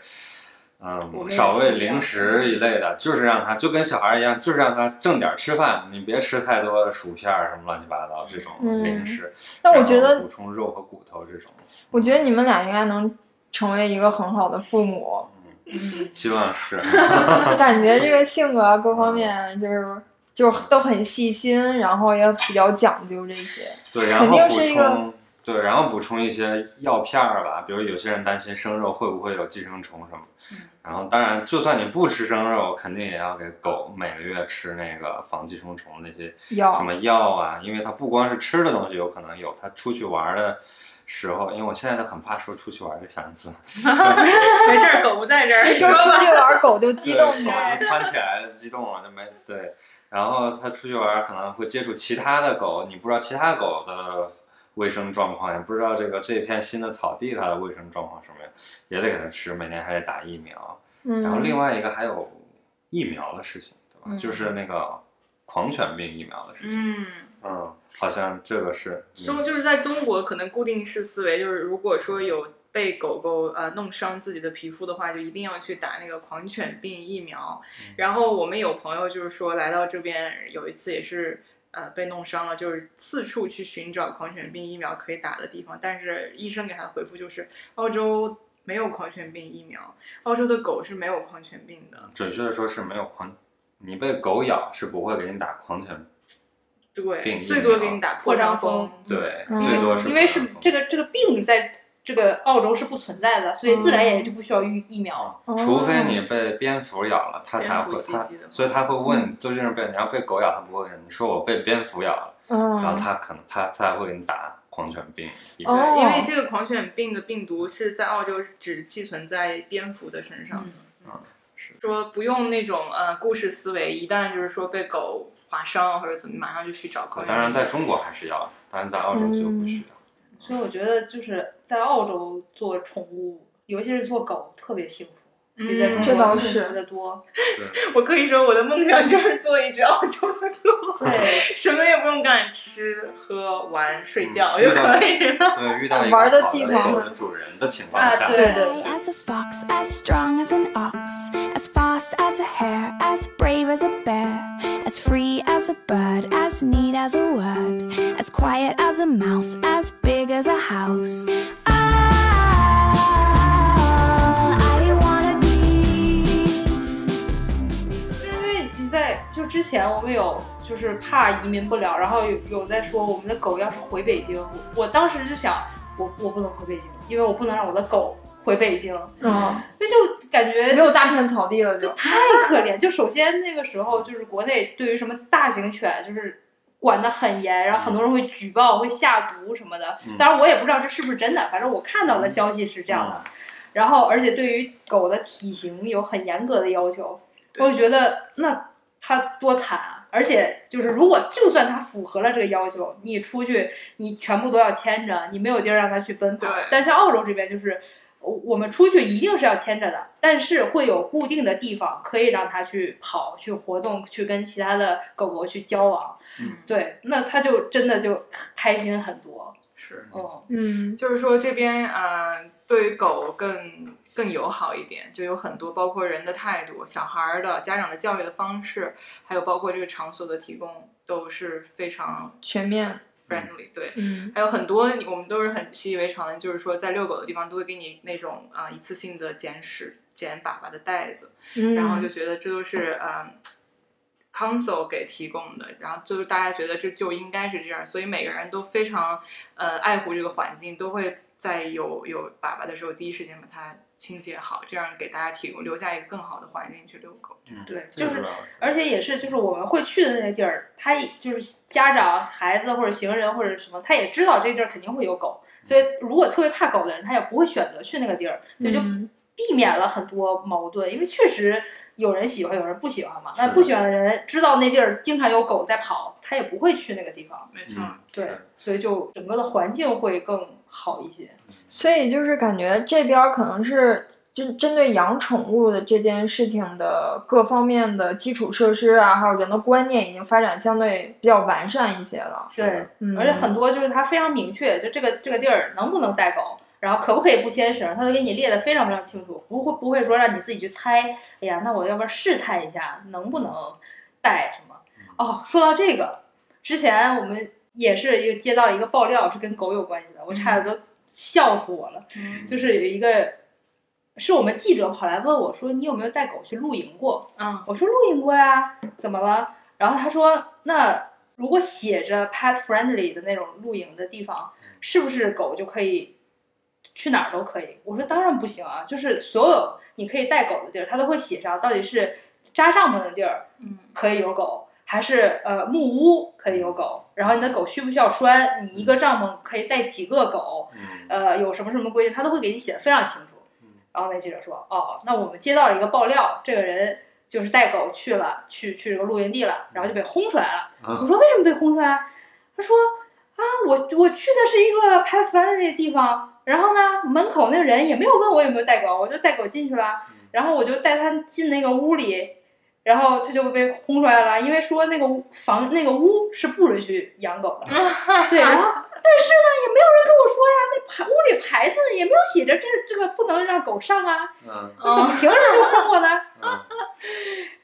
我
嗯，
们也
少喂
是一样
零食一类的，就是让它就跟小孩一样，就是让它正点儿吃饭，你别吃太多的薯片儿什么乱七八糟这种
嗯
零食。
但我觉
然后
得
补充肉和骨头这种，
我觉得你们俩应该能成为一个很好的父
啊
母，
希
(laughs)
望是。
感觉这个性格啊各方面就是就都很细心，然后也比较讲究这些。
对，然后
肯
补
定
充
是一个
对，然后补充一些药片儿吧，比如有些人担心生肉会不会有寄生虫什么。然后，当然，就算你不吃生肉，肯定也要给狗每个月吃那个防寄生虫那些
要
什么药啊，因为它不光是吃的东西有可能有，它出去玩儿的时候，因为我现在都很怕说出去玩儿这三个字，
没事儿，狗不在这儿，
说
说
出
吧。
去玩儿狗就激动
对
你
狗，就窜起来了，激动啊了就没对。然后它出去玩儿可能会接触其他的狗，你不知道其他狗的卫生状况，也不知道这个这片新的草地它的卫生状况什么样，也得给它吃，每年还得打疫苗。然后
嗯
另外一个还有疫苗的事情，对吧？
嗯
就是那个狂犬病疫苗的事情，
嗯。
嗯好像这个是
中就是在中国，可能固定式思维就是，如果说有被狗狗呃弄伤自己的皮肤的话，就一定要去打那个狂犬病疫苗。
嗯
然后我们有朋友就是说来到这边有一次也是呃被弄伤了，就是四处去寻找狂犬病疫苗可以打的地方，但是医生给他的回复就是澳洲没有狂犬病疫苗，澳洲的狗是没有狂犬病的。
准确的说是没有狂，你被狗咬是不会给你打狂犬，病疫
对，
苗
最多给你打破伤风。
对，
嗯
最多是
因为是
破伤风
这个这个病在这个澳洲是不存在的，所以
嗯
自然也就不需要疫疫苗。
除非你被蝙蝠咬了，它才会
蝙蝠袭
它
击的，
所以它
嗯
会问，究竟是被你要被狗咬，它不会跟你说我被蝙蝠咬了，
哦
然后
嗯，
它可能它它会给你打狂犬病疫苗。
哦
对，因为这个狂犬病的病毒是在澳洲只寄存在蝙蝠的身上的。
嗯啊是
说不用那种呃故事思维，一旦就是说被狗划伤或者怎么，马上就去找狂犬病。
当然，在中国还是要的，但是在澳洲就不
嗯
需要。
所以我觉得就是在澳洲做宠物，尤其是做狗，特别幸福，比在
嗯，
中
这
国
倒是
幸福的多。
我可以说我的梦想就是做一只澳洲的狗，
对，
什么也不用干，吃喝玩睡觉
嗯
就可以了。
对，遇
(laughs)
到一个好
玩的
的
地方
狗的主人的情况
啊
下，
(laughs) 对对
Sly as a fox, as strong as an ox, as fast as a hare, as brave as a bear, as free as a bird, as neat as a word, as quiet as a mouse, as big as a house. Ah, All I wanna be.
就是因为你在就之前我们有就是怕移民不了，然后有有在说我们的狗要是回北京，我我当时就想，我我不能回北京，因为我不能让我的狗回北京，
嗯，
那就感觉
没有大片草地了就
就。太可怜。就首先那个时候，就是国内对于什么大型犬就是管得很严，然后很多人会举报、会下毒什么的
嗯。
当然我也不知道这是不是真的，反正我看到的消息是这样的。然后，而且对于狗的体型有很严格的要求，
对
我就觉得那它多惨啊！而且就是，如果就算它符合了这个要求，你出去你全部都要牵着，你没有地儿让它去奔跑
对。
但像澳洲这边就是，我我们出去一定是要牵着的，但是会有固定的地方可以让它去跑、去活动、去跟其他的狗狗去交往。
嗯
对，那它就真的就开心很多。
是，
嗯，
嗯，
就是说这边呃，对于狗更更友好一点，就有很多包括人的态度、小孩儿的家长的教育的方式，还有包括这个场所的提供，都是非常
全面。
friendly。对，
嗯
还有很多我们都是很习以为常的，就是说在遛狗的地方都会给你那种啊、呃一次性的捡屎、捡粑粑的袋子，
嗯，
然后就觉得这都是嗯。Council 给提供的，然后就是大家觉得这就应该是这样，所以每个人都非常呃爱护这个环境，都会在有有粑粑的时候第一时间把它清洁好，这样给大家提供留下一个更好的环境去遛狗。
嗯
对，
这嗯
就是
吧
而且也是，就是我们会去的那些地儿，他也就是家长、孩子或者行人或者什么，他也知道这地儿肯定会有狗，所以如果特别怕狗的人，他也不会选择去那个地儿，所以就
嗯
避免了很多矛盾。因为确实有人喜欢，有人不喜欢嘛。
是
那
的
不喜欢的人知道那地儿经常有狗在跑，他也不会去那个地方。
没
嗯，
对
是，
所以就整个的环境会更好一些。
所以就是感觉这边儿可能是针针对养宠物的这件事情的各方面的基础设施啊，还有人的观念已经发展相对比较完善一些了。
是的
对，
嗯，
而且很多就是它非常明确，就这个这个地儿能不能带狗，然后可不可以不牵绳，它都给你列的非常非常清楚，不会不会说让你自己去猜，哎呀，那我要不要试探一下能不能带什么？哦，说到这个，之前我们也是又接到了一个爆料，是跟狗有关系的，我差点都笑死我了。
嗯
就是有一个是我们记者跑来问我说，你有没有带狗去露营过？
嗯，
我说露营过呀，怎么了？然后他说，那如果写着 pet friendly 的那种露营的地方，是不是狗就可以去哪儿都可以？我说当然不行啊，就是所有你可以带狗的地儿，它都会写上到底是扎帐篷的地儿
嗯，
可以有狗，还是呃木屋可以有狗，然后你的狗需不需要拴，你一个帐篷可以带几个狗， (laughs)
嗯
呃，有什么什么规定，他都会给你写的非常清楚
嗯。
然后那记者说，哦，那我们接到了一个爆料，这个人就是带狗去了，去去这个露营地了，然后就被轰出来了。
啊
我说为什么被轰出来？他说啊，我我去的是一个拍 f r 的地方，然后呢，门口那个人也没有问我有没有带狗，我就带狗进去了
嗯，
然后我就带他进那个屋里。然后他就被轰出来了，因为说那个屋房那个屋是不允许养狗的，对，然后但是呢，也没有人跟我说呀，那牌屋里牌子也没有写着这这个不能让狗上啊，
嗯
哦
那怎么凭什么就轰我呢？ (laughs)
嗯，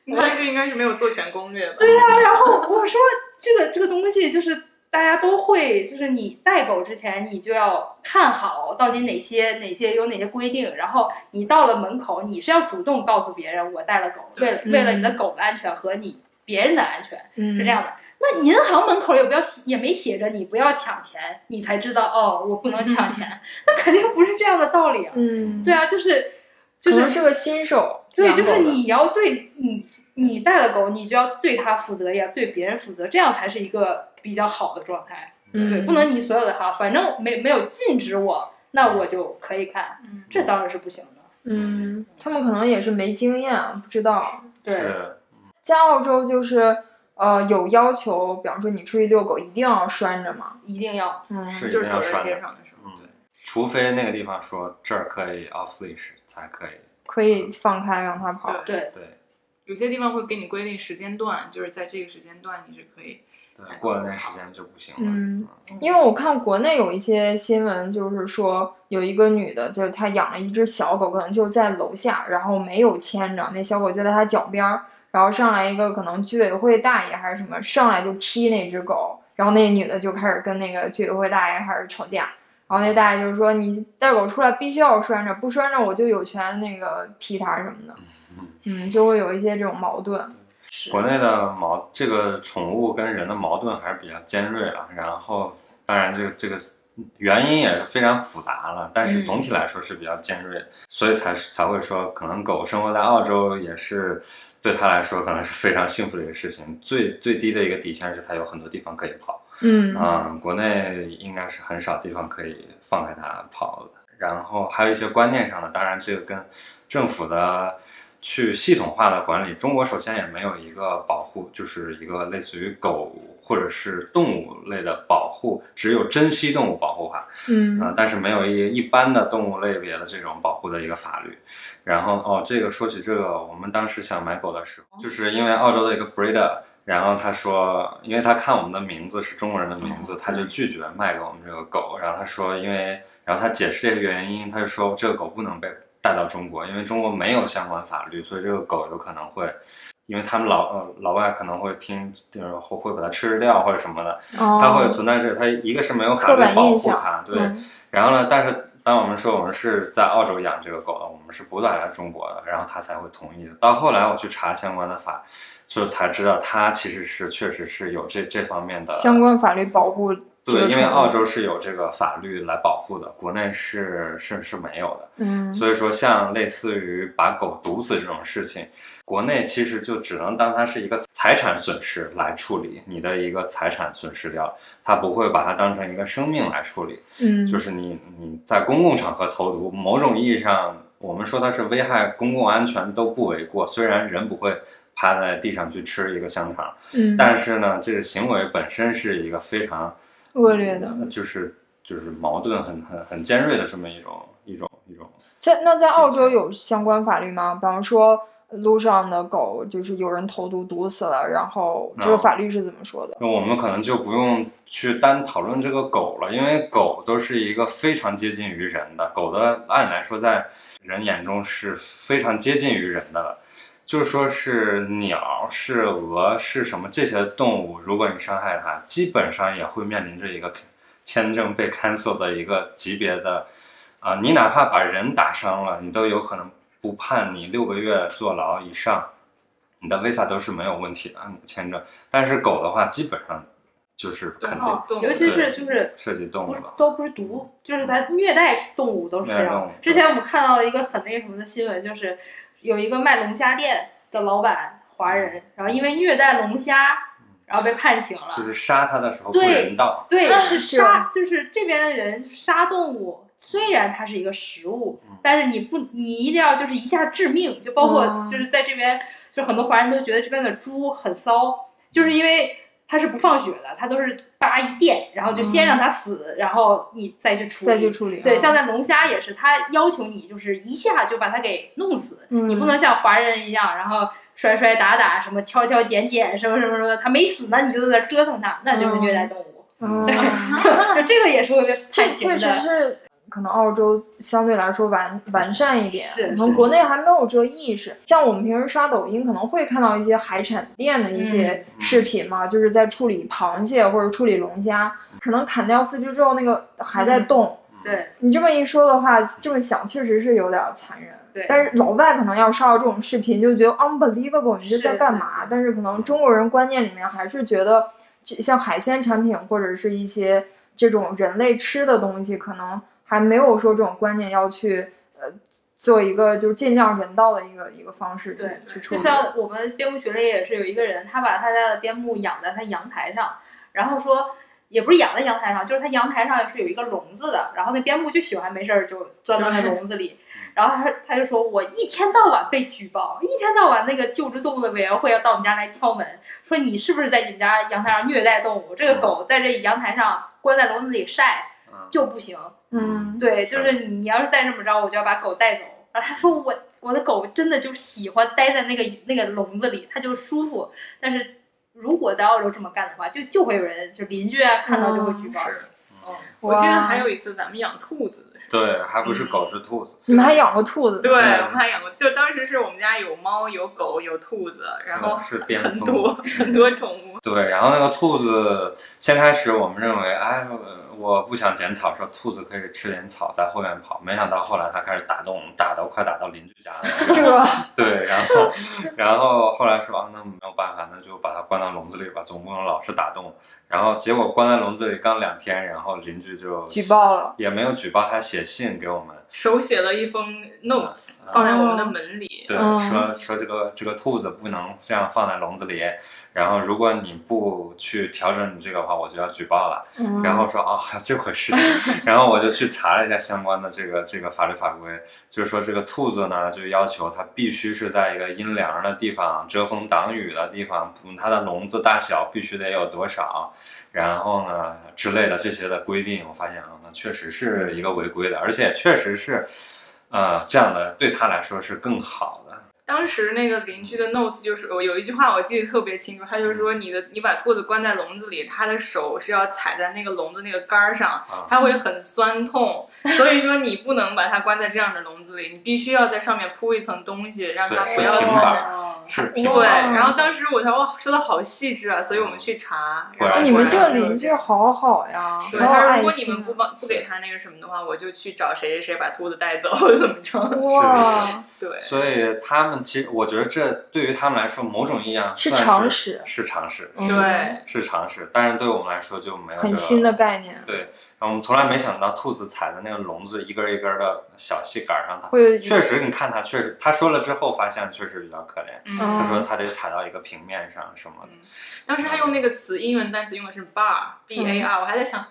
你看这应该是没有做全攻略吧？
对呀，
然后我说这个这个东西就是大家都会，就是你带狗之前你就要看好到底哪些哪些有哪些规定，然后你到了门口你是要主动告诉别人我带了狗，为了
嗯
为了你的狗的安全和你别人的安全
嗯
是这样的。那银行门口也不要写也没写着你不要抢钱，你才知道哦，我不能抢
(laughs)
钱，那肯定不是这样的道理啊。
嗯，
对，啊，就是就
可能
是
是个新手
对，
养
就
狗的，
是你要对你你带了狗，你就要对它负责，也要对别人负责，这样才是一个比较好的状态。
嗯
对，不能你所有的哈，反正没没有禁止我，那我就可以看，
嗯，
这当然是不行的。
嗯，他们可能也是没经验，啊不知道。
对，
是
在澳洲就是呃有要求，比方说你出去遛狗一定要拴着嘛。
一定要
嗯，
是
就
一
是
定
走
要
在
拴
街
着，
上的时候，
嗯
对，
除非那个地方说这儿可以 off leash 才可以，
可以放开让它跑。
对，
对
对
有些地方会给你规定时间段，就是在这个时间段你是可以，
对，过了那时间就不行了，
嗯，因为我看国内有一些新闻，就是说有一个女的，就是她养了一只小狗，可能就在楼下，然后没有牵着，那小狗就在她脚边儿，然后上来一个可能居委会大爷还是什么，上来就踢那只狗，然后那女的就开始跟那个居委会大爷开始吵架，然后那大爷就是说你带狗出来必须要拴着，不拴着我就有权那个踢它什么的，
嗯啊
嗯，就会有一些这种矛盾。
是
国内的矛这个宠物跟人的矛盾还是比较尖锐了，然后当然这个这个原因也是非常复杂了，但是
嗯
总体来说是比较尖锐，所以才才会说可能狗生活在澳洲也是。对它来说，可能是非常幸福的一个事情。最最低的一个底线是它有很多地方可以跑，
嗯
嗯，国内应该是很少地方可以放开它跑的。然后还有一些观念上的，当然这个跟政府的去系统化的管理，中国首先也没有一个保护，就是一个类似于狗或者是动物类的保护，只有珍稀动物保护法。啊、
嗯
但是没有一一般的动物类别的这种保护的一个法律。然后哦，这个说起这个，我们当时想买狗的时候，
哦
就是因为澳洲的一个 breeder，然后他说，因为他看我们的名字是中国人的名
哦
字，他就拒绝卖给我们这个狗。然后他说，因为然后他解释这个原因，他就说这个狗不能被带到中国，因为中国没有相关法律，所以这个狗有可能会。因为他们老呃老外可能会听，就是会会把它吃掉或者什么的，
哦，
它会存在这，它一个是没有法
刻
律
板
保
印
护
象
它，对，
嗯
然后呢，但是当我们说我们是在澳洲养这个狗的，我们是不带来中国的，然后他才会同意的。到后来我去查相关的法，就才知道他其实是确实是有这这方面的
相关法律保护这个
对，因
宠
为
物
澳洲是有这个法律来保护的，国内是是是没有的。
嗯
所以说，像类似于把狗毒死这种事情，国内其实就只能当它是一个财产损失来处理，你的一个财产损失掉，它不会把它当成一个生命来处理。
嗯
就是你你在公共场合投毒，某种意义上，我们说它是危害公共安全都不为过。虽然人不会趴在地上去吃一个香肠，
嗯
但是呢，这个行为本身是一个非常
恶劣的。
呃就是就是矛盾很很很尖锐的这么一种一种一种。
在那在澳洲
情
有相关法律吗？比方说路上的狗就是有人投毒毒死了，然后这个
啊
法律是怎么说的？
那我们可能就不用去单讨论这个狗了，因为狗都是一个非常接近于人的，狗的按理来说在人眼中是非常接近于人的了。就是说是鸟、是鹅、是什么这些动物，如果你伤害它，基本上也会面临着一个签证被 cancel 的一个级别的啊、你哪怕把人打伤了，你都有可能不判你六个月坐牢以上，你的 visa 都是没有问题的，你的签证。但是狗的话，基本上就是肯定
哦动物
尤其
对
是就是
涉及动物
不是
了。
都不是毒，就是咱虐待动物都是
虐
非
待动
常
物。
之前我们看到一个很那个什么的新闻，就是有一个卖龙虾店的老板华人，然后因为虐待龙虾，然后被判刑了。
就是杀它的时候不
对
人道，
对，是
是
杀，就是这边的人杀动物，虽然它是一个食物
嗯，
但是你不，你一定要就是一下致命，就包括
嗯
就是在这边，就很多华人都觉得这边的猪很骚，就是因为它是不放血的，它都是叭一电，然后就先让它死，然后你再去处理。
嗯再去处理啊。
对，像在龙虾也是，它要求你就是一下就把它给弄死，
嗯
你不能像华人一样，然后摔摔打打，什么敲敲剪剪，什么什么什么的，它没死呢，你就在那儿折腾它，那就是虐待动物。
嗯，
(laughs) 就这个也是会被
这
判刑
确实
的。
是可能澳洲相对来说完完善一点，
是
可能国内还没有这意识。像我们平时刷抖音，可能会看到一些海产店的一些
嗯
视频嘛，就是在处理螃蟹或者处理龙虾，可能砍掉四肢之后，那个还在动。
嗯对
你这么一说的话，这么想确实是有点残忍。
对
但是老外可能要刷到这种视频，就觉得啊 unbelievable，你这
是
在干嘛？
是是
但是可能中国人观念里面还是觉得，这像海鲜产品或者是一些这种人类吃的东西，可能还没有说这种观念要去呃做一个就是尽量人道的一个一个方式去
对
去处
就
理。
像我们边牧群里也是有一个人，他把他家的边牧养在他阳台上，然后说也不是养在阳台上，就是他阳台上是有一个笼子的，然后那边牧就喜欢没事儿就钻到那笼子里，然后他他就说我一天到晚被举报，一天到晚那个救助动物的委员会要到我们家来敲门，说你是不是在你们家阳台上虐待动物？这个狗在这阳台上关在笼子里晒
嗯，
就不行，
嗯，
对，
啊
就是你，你要是再这么着，我就要把狗带走。然后他说我我的狗真的就喜欢待在那个那个笼子里，它就舒服。但是如果在澳洲这么干的话，就就会有人就邻居啊看到就会举报
是
你。
嗯
我记得还
哇
有一次咱们养兔子的时
对，还不是狗是兔子，
你们还养过兔子
候，
呢，
对
对
我们还养过，就当时是我们家有猫、有狗、有兔子，然后
是蝙
很
蝠，
多很多宠物，
对，然后那个兔子，先开始我们认为，哎，呃我不想剪草，说兔子可以吃点草，在后面跑。没想到后来它开始打洞，打到快打到邻居家了。 (laughs)
是吧？
(laughs)
对，然后，然后后来说啊，那没有办法，那就把它关到笼子里吧，总不能老是打洞。然后结果关在笼子里刚两天，然后邻居就
举报了，
也没有举报，他写信给我们，
手写了一封 notes
啊
放在我们的
哦
门里，
对，
嗯
说说这个这个兔子不能这样放在笼子里，然后如果你不去调整你这个的话，我就要举报了。然后说啊，还有这回事情，然后我就去查了一下相关的这个这个法律法规，就是说这个兔子呢，就要求它必须是在一个阴凉的地方、遮风挡雨的地方，嗯它的笼子大小必须得有多少，然后呢之类的这些的规定，我发现啊，那确实是一个违规的，而且确实是，呃，这样的对它来说是更好的。
当时那个邻居的 notes 就是有有一句话我记得特别清楚，他就说
嗯
你的你把兔子关在笼子里，它的手是要踩在那个笼子那个杆儿上
啊，
它会很酸
(laughs)
痛，所以说你不能把它关在这样的笼子里，你必须要在上面铺一层东西，让它
对
不
是
要
平
踩
板
着
儿是
对，
挺
哦
好的
然后当时我才哇，说的好细致啊，所以我们去查。
果
然后
哦
然
你们
果
这
然
邻居好好呀，
对，
好有
他说如
爱
果你
心啊
们不帮不给他那个什么的话，我就去找谁谁谁把兔子带走， (laughs) 怎么着？
哇，
对，
所以他们其实，我觉得这对于他们来说，某种意义上
是
算
常识
是常识，
嗯
对，
是常识。但是对我们来说就没有这
很
个
新的概念，
对，然后我们从来没想到兔子踩的那个笼子一根儿一根儿的小细杆儿上，它
会
确实，你看它确实，他说了之后发现确实比较可怜。
嗯
嗯，
他说他得踩到一个平面上什么的，
当时他用那个词，英文单词用的是
嗯
bar，b a r，我还在想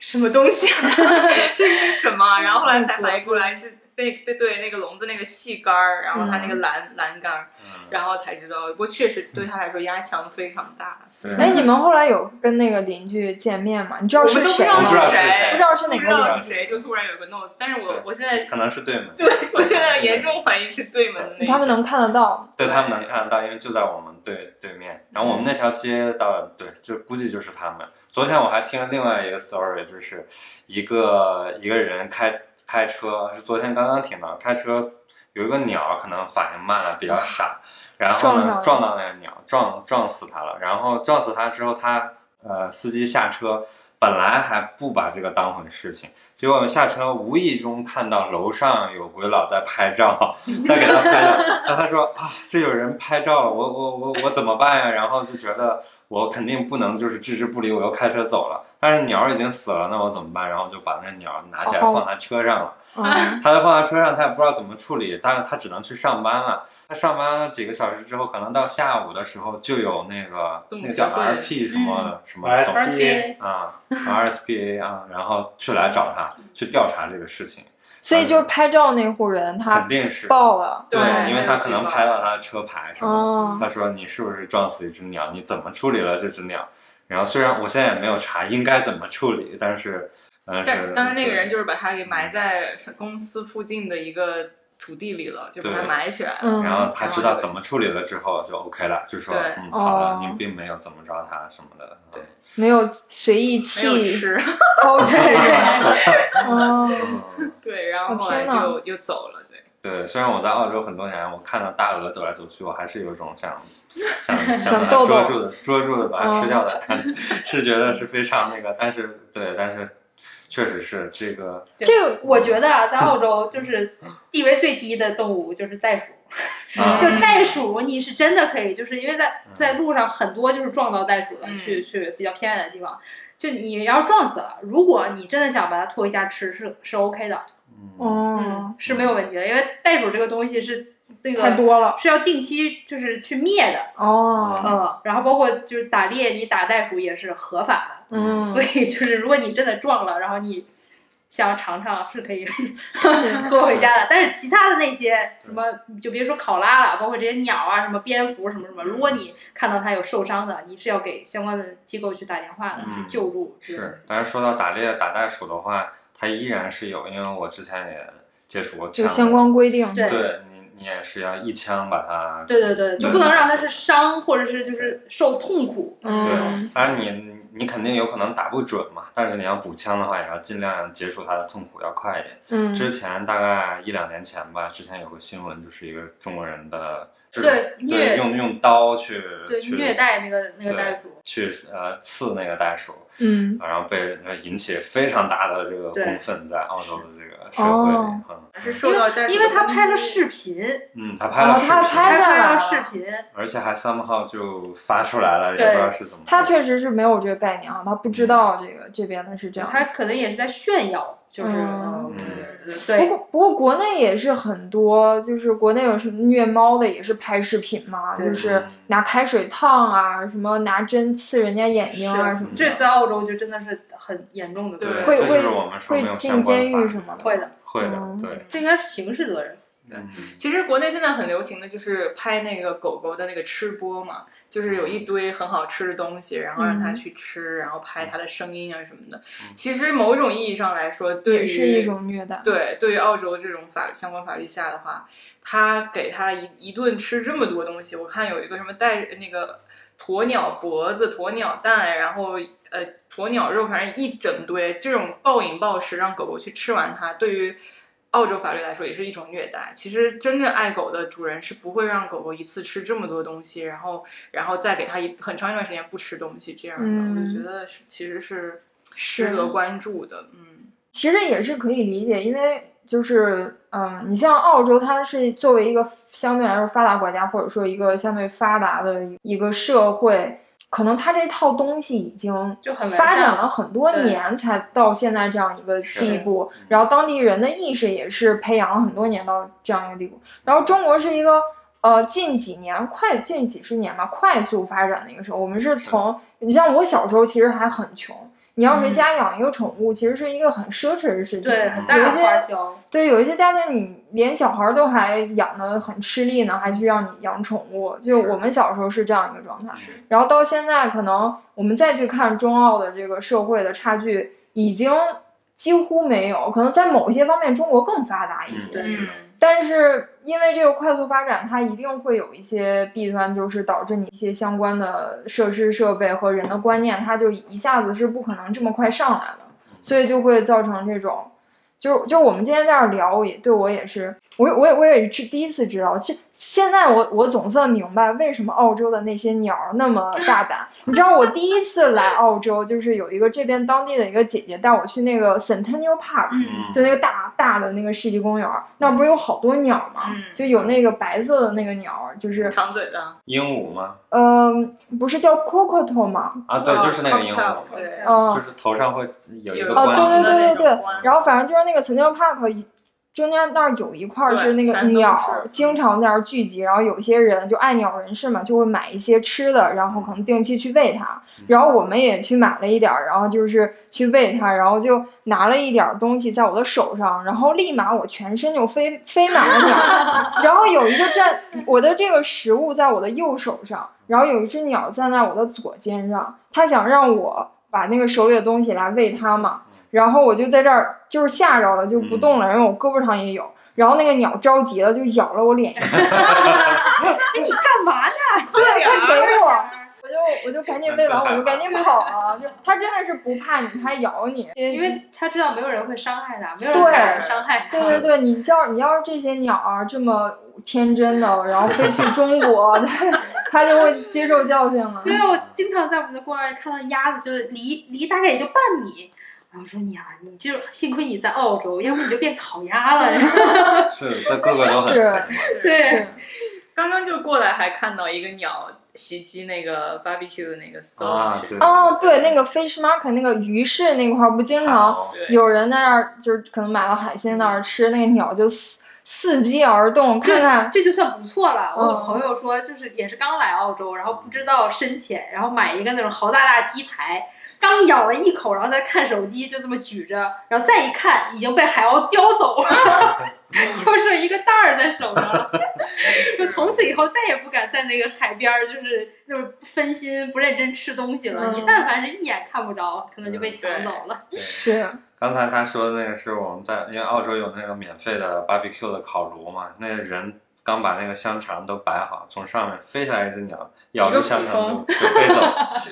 什么东西啊， (laughs) 这是什么？啊然后后来才反应过来是那对对那个笼子那个细杆儿，然后他那
嗯
个栏栏杆儿，
嗯，
然后才知道，不过确实对他来说压强非常大。
对，
哎，你们后来有跟那个邻居见面吗？你知道
我们
是
都不知
谁
道
吗？
是谁
不知道是哪
不知
个邻
道
个
是谁，就突然有个 notes，但是
对
我我现在
可能是对门，
对我现在严重怀疑是对门的那
居，
一
他们
家
能看得到。
对他们能看得到，因为就在我们对对面。然
嗯
后我们那条街道，对，就估计就是他们。昨天我还听另外一个 story，就是一个一个人开开车，是昨天刚刚听到，开车有一个鸟可能反应慢了，比较傻，然
撞
后呢
上了
撞到那个鸟，撞撞死它了。然后撞死它之后，他呃司机下车，本来还不把这个当回事情。结果我们下车，无意中看到楼上有鬼佬在拍照，在给他拍
(laughs)
照。然后他说啊，这有人拍照了，我我我我怎么办呀？然后就觉得我肯定不能就是置之不理，我又开车走了。但是鸟已经死了，那我怎么办？然后就把那鸟拿起来
哦
放在车上了。
(laughs)
嗯，
他就放在车上，他也不知道怎么处理，但是他只能去上班了。他上班了几个小时之后，可能到下午的时候就有那个
动
那个叫
作会
RP
嗯
什么、什么
RSP
总啊 RSPA 啊，然后去来找他去调查这个事情，
所以就是拍照那户人他
肯定是
报了。
对
对，
因为他
那个
可
情
能
况
拍到他的车牌什么的。
嗯，
他说：“你是不是撞死一只鸟？你怎么处理了这只鸟？”然后虽然我现在也没有查应该怎么处理，但是，
(laughs)
但是
但当时那个人
就
就是把它给埋在公司附近的一个土地里了，就把它
对
埋起来了。
嗯
然后他知道怎么处理了之后就 OK 了，就说
对
嗯好了，
哦
你并没有怎么着他什么的。
对
没有随意
没有
气
吃，
(laughs)
(laughs)
抛弃人。嗯，
嗯， (laughs)
对，然后后
我
来
天哪
就又走了，对，
对，虽然我在澳洲很多年，我看到大鹅走来走去，我还是有一种
(laughs)
想想
想
把它
逗
捉
逗
住的、捉住的把它
嗯
吃掉的感觉，是觉得是非常那个，但是对，但是确实是这个
这我觉得啊，在澳
(laughs)
洲就是地位最低的动物就是袋鼠，
啊
就，袋鼠你是真的可以，就是因为在
嗯
在路上很多就是撞到袋鼠的，
嗯
去去比较偏远的地方，就你要是撞死了，如果你真的想把它拖回家吃，是是 OK 的，
嗯
哦，
是没有问题的，因为袋鼠这个东西是那
太
个
多了。
是要定期就是去灭的，
哦，
嗯，然后包括就是打猎，你打袋鼠也是合法的，
嗯
(laughs) 所，以就是如果你真的撞了，然后你想尝尝是可以 (laughs) 拖回家的。但是其他的那些什么，就别说考拉了，包括这些鸟啊、什么蝙蝠什么什么，如
嗯
果你看到它有受伤的，你是要给相关的机构去打电话的，
嗯
去救助。
是，但是说到打猎打袋鼠的话，它依然是有，因为我之前也接触过
就
枪，
相关规定。
对
对你你也是要一枪把它
对对对，就
对
不能让它是伤或者是就是受痛苦。
嗯
对，当然你你肯定有可能打不准嘛，但是你要补枪的话，也要尽量结束它的痛苦，要快一点。
嗯
之前大概一两年前吧，之前有个新闻，就是一个中国人的这种
对
对
虐
用用刀去
对
去
虐待那个那个
对
袋鼠，
去呃刺那个袋鼠，
嗯，
然后被呃引起非常大的这个
对
公愤，在澳洲的这个社会里
哦，
嗯
是受
因
到袋
为
鼠
因为他
的攻
拍了
击
视频，
嗯，他拍了
哦
视频，
他拍
他
了
拍了视频，
而且还 somehow 就发出来了，也
对
不知道是怎么回事。
他确实是没有这个概念啊，他不知道这个这边的是这样。
他可能也是在炫耀，就是
嗯
呃
不
对
过不过国内也是很多，就是国内有什么虐猫的也是拍视频嘛，
对
就是拿开水烫啊，什么拿针刺人家眼睛啊
是
什么
这
的，
次澳洲就真的是很严重的罪
对
对，
会
这就是我们
会
说没有
会进
相关
监
法律
狱什么的。
会的，
会的
嗯，
对，
这应该是刑事责任。
嗯，
其实国内现在很流行的就是拍那个狗狗的那个吃播嘛，就是有一堆很好吃的东西，然后让
嗯
它去吃，然后拍它的声音啊什么的。其实某种意义上来说，对
也
于
是一种虐待。
对对于澳洲这种法相关法律下的话，他给它一一顿吃这么多东西，我看有一个什么带那个鸵鸟脖子、鸵鸟蛋，然后呃鸵鸟肉，反正一整堆这种暴饮暴食，让狗狗去吃完它，对于。澳洲法律来说也是一种虐待。其实真正爱狗的主人是不会让狗狗一次吃这么多东西，然后然后再给它一很长一段时间不吃东西这样的，我
嗯
就觉得是其实是
是
值得关注的。嗯，
其实也是可以理解，因为就是嗯，你像澳洲，它是作为一个相对来说发达国家，或者说一个相对发达的一个社会，可能它这套东西已经
就很完善
发展了很多
对
年，才到现在这样一个
是
地步。然后当地人的意识也是培养了很多年到这样一个地步。然后中国是一个。呃，近几年快近几十年吧，快速发展的一个时候，我们是从你像我小时候其实还很穷，你要谁
嗯
家养一个宠物，其实是一个很奢侈的事情。啊
对，很大
有
的
一些
花销，
对，有一些家庭你连小孩儿都还养得很吃力呢，还去让你养宠物。就是我们小时候是这样一个状态
是，
然后到现在可能我们再去看中澳的这个社会的差距，已经几乎没有，可能在某些方面中国更发达一
嗯
些。
对
是的，
但是因为这个快速发展，它一定会有一些弊端，就是导致你一些相关的设施设备和人的观念，它就一下子是不可能这么快上来的，所以就会造成这种。就就我们今天在这儿聊，我也对我也是，我也我也我也是第一次知道，这现在我我总算明白为什么澳洲的那些鸟儿那么大胆。你知道我第一次来澳洲，就是有一个这边当地的一个姐姐带我去那个 Centennial Park，
嗯
就那个大大的那个世纪公园儿，那不是有好多鸟吗？
嗯
就有那个白色的那个鸟儿，就是
长嘴的。
鹦鹉吗？
呃，不是叫 cockatoo 吗？
啊， (laughs) 对，
哦
就是那个鹦鹉，
cocktail，对
嗯、
就是头上会有一
有
个
一个
哦，
冠
关子
对
子
对
的那
对
种。
对对
关子，(laughs)
然后反正就是那个 Centennial Park 一中间那儿有一块儿
对
是那个
全都
鸟
是
儿经常在那儿聚集，然后有些人就爱鸟人士嘛，就会买一些吃的，然后可能定期去喂它。
嗯
然后我们也去买了一点儿，然后就是去喂它，然后就拿了一点儿东西在我的手上，然后立马我全身就飞飞满了鸟儿， (laughs) 然后有一个站，我的这个食物在我的右手上，然后有一只鸟站在我的左肩上，它想让我把那个手里的东西来喂它嘛，然后我就在这儿就是吓着了，就不动了，因为我胳膊上也有。然后那个鸟着急了，就咬了我脸一下，
哎，你干嘛呢？
对，
啊
(laughs) 快给我！我就我就赶紧喂完，我就赶紧跑啊了。就它真的是不怕你，它咬你，
因为他知道没有人会伤害他，没有
对
人敢伤害
对
他。
对对，你叫你要是这些鸟儿这么天真的，然后飞去中国， (laughs) 它就会接受教训了。
对啊，我经常在我们的公园里看到鸭子，就是离离大概也就半米。然后说你啊，你就幸亏你在澳洲，要不你就变烤鸭了。 (laughs)
是，这个个都很
是
肥嘛。
(laughs)
对，
刚刚就过来还看到一个鸟袭击那个 barbecue 的那个 stove，、
啊对
哦，对，那个 fish market 那个鱼市那块儿不经常
好
对，
有人在那儿就是可能买了海鲜在那儿吃，那个鸟就伺伺机而动，看看。
这就算不错了。我有
嗯
朋友说，就是也是刚来澳洲，然后不知道深浅，然后买一个那种豪大大鸡排，刚咬了一口，然后再看手机，就这么举着，然后再一看，已经被海鸥叼走了，
(laughs)
就是一个袋儿在手上， (laughs) 就从此以后再也不敢在那个海边儿，就是就是分心不认真吃东西了。
嗯
你但凡是一眼看不着，可能就被抢走了。
对
是，
刚才他说的那个是我们在，因为澳洲有那个免费的 barbecue 的烤炉嘛，那个人刚把那个香肠都摆好，从上面飞下来一只鸟，咬住香肠就就飞走，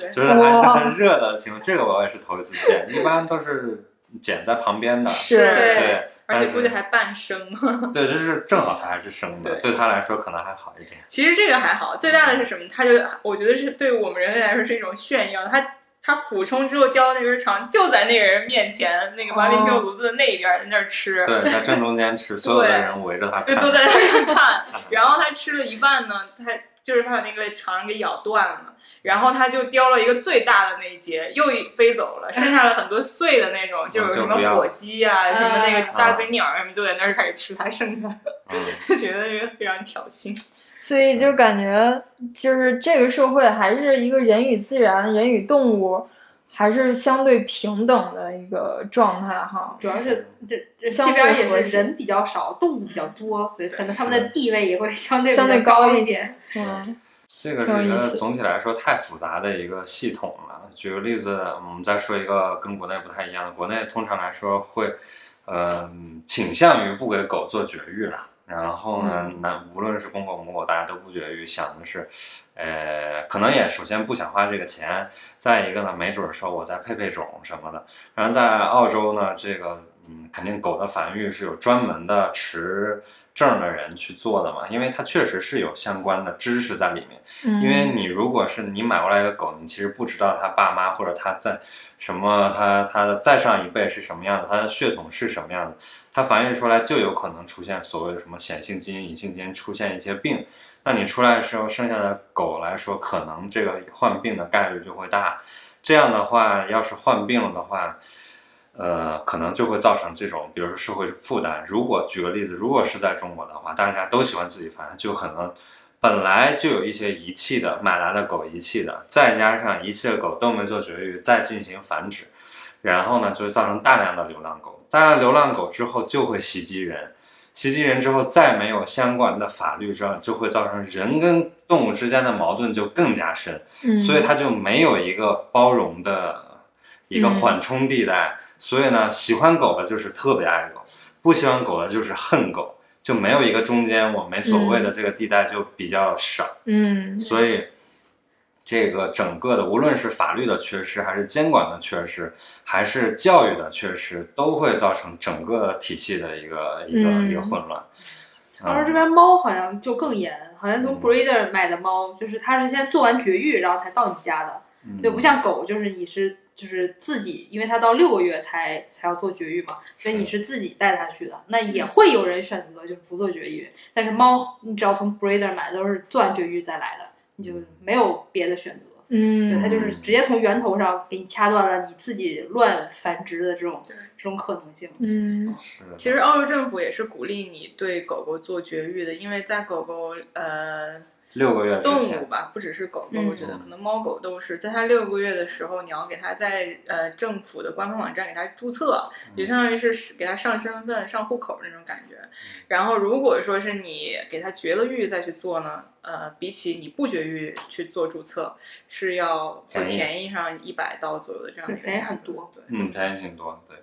(laughs)
就是还是很
(laughs)
热的情况。这个我也是头一次见，一般都是捡在旁边的。
是
对
对，
而且估计还半生 (laughs) 嘛。
对，就是正好它还是生的，
对
对它来说可能还好一点。
其实这个还好，最大的是什么？它就我觉得是对我们人类来说是一种炫耀。它它俯冲之后叼那根肠，就在那个人面前，那个麻冰
哦
跳炉子的那一边儿在那儿吃。
对，在正中间吃，所有的
对
人围着它
就
看。
都在那儿看。然后他吃了一半呢，他就是他把那个肠给咬断了，然后他就叼了一个最大的那一节，又一飞走了，剩下了很多碎的那种，就是有什么火鸡啊，什么那个大嘴鸟啊什么，就在那儿开始吃他剩下 (laughs) 的，
嗯，
觉得这个非常挑衅。
所以就感觉就是这个社会还是一个人与自然、人与动物还是相对平等的一个状态哈。
主要是这这
相
这
对
边也
和
是
谐
人比较少，动物比较多，所以可能他们的地位也会 (laughs) 相对比
相
较
对高一
一点。
嗯，
这个
挺有
是一
意
个
思
总体来说太复杂的一个系统了。举个例子，我们再说一个跟国内不太一样的，国内通常来说会，呃，倾向于不给狗做绝育了。然后呢，
嗯
那无论是公狗母狗，大家都不绝育，想的是，呃，可能也首先不想花这个钱，再一个呢，没准儿说我再配配种什么的。然后在澳洲呢，这个嗯，肯定狗的繁育是有专门的持证的人去做的嘛，因为它确实是有相关的知识在里面。
嗯
因为你如果是你买过来一个狗，你其实不知道它爸妈或者它在什么，它它的再上一辈是什么样的，它的血统是什么样的，它繁育出来就有可能出现所谓的什么显性基因、隐性基因出现一些病。那你出来的时候，剩下的狗来说，可能这个患病的概率就会大。这样的话，要是患病了的话，呃，可能就会造成这种，比如说社会负担。如果举个例子，如果是在中国的话，大家都喜欢自己繁，就可能本来就有一些遗弃的买来的狗遗弃的，再加上遗弃的狗都没做绝育，再进行繁殖，然后呢，就造成大量的流浪狗。大量流浪狗之后就会袭击人，袭击人之后再没有相关的法律上，就会造成人跟动物之间的矛盾就更加深。
嗯
所以它就没有一个包容的一个
嗯
缓冲地带。所以呢，喜欢狗的就是特别爱狗，不喜欢狗的就是恨狗，就没有一个中间我没所谓的这个地带就比较少。
嗯
所以这个整个的，无论是法律的缺失，还是监管的缺失，还是教育的缺失，都会造成整个体系的一个一个、
嗯
一个混乱。
然后这
嗯
边猫好像就更严，好像从
嗯
breeder 买的猫，就是它是先做完绝育，然后才到你家的，
嗯
就不像狗，就是你是就是自己，因为它到六个月才才要做绝育嘛，所以你是自己带它去的。那
嗯
也会有人选择就是不做绝育，但是猫你只要从 breeder 买都是做完绝育再来的，你就没有别的选择。对，它
嗯，
就是直接从源头上给你掐断了你自己乱繁殖的这种
对
这种可能性。
嗯
是
其实澳洲政府也是鼓励你对狗狗做绝育的，因为在狗狗呃
六个月之
动物
前，
吧，不只是狗狗，
嗯
我觉得可能猫狗都是，在它六个月的时候，你要给它在呃政府的官方网站给它注册，
嗯
就相当于是给它上身份、上户口那种感觉。然后如果说是你给它绝了育再去做呢，呃，比起你不绝育去做注册，是要会
便宜
便宜上一百刀左右的这样的一个
对便宜
价
很
格
多。
对，
嗯，便宜挺多，对。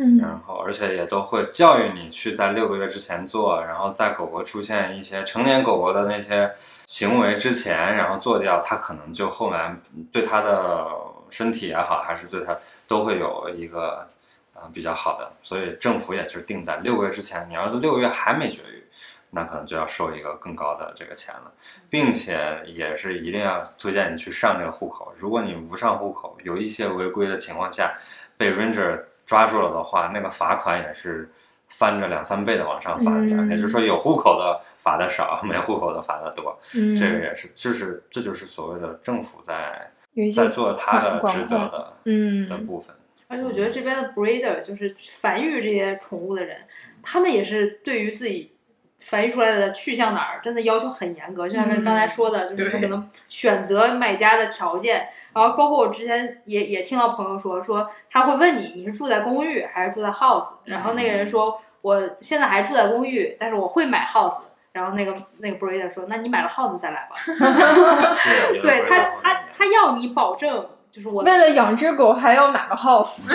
嗯
然后而且也都会教育你去在六个月之前做，然后在狗狗出现一些成年狗狗的那些行为之前，然后做掉，它可能就后面嗯对它的身体也好，还是对它都会有一个啊、呃比较好的。所以政府也就是定在六个月之前，你要是六个月还没绝育。那可能就要收一个更高的这个钱了，并且也是一定要推荐你去上这个户口。如果你不上户口，有一些违规的情况下，被 Ranger 抓住了的话，那个罚款也是翻着两三倍的往上翻的。
嗯
也就是说，有户口的罚的少，没户口的罚的多。
嗯，
这个也是，就是这就是所谓的政府在
有一些
在做他的
管
职责的的
嗯
部分。
而且我觉得这边的 breeder 就是繁育这些宠物的人，他们也是对于自己繁育出来的去向哪儿，真的要求很严格。就像
嗯
刚才说的，就是他
对
可能选择买家的条件，然后包括我之前也也听到朋友说，说他会问你你是住在公寓还是住在 house，然后那
嗯
个人说我现在还住在公寓，但是我会买 house。然后那个那个 breeder 说：“那你买了 house 再来吧。
嗯
是有的
对
回
他
答，我
他他要你保证，就是
(laughs)
我的
为了养只狗还要买个
(laughs)
house，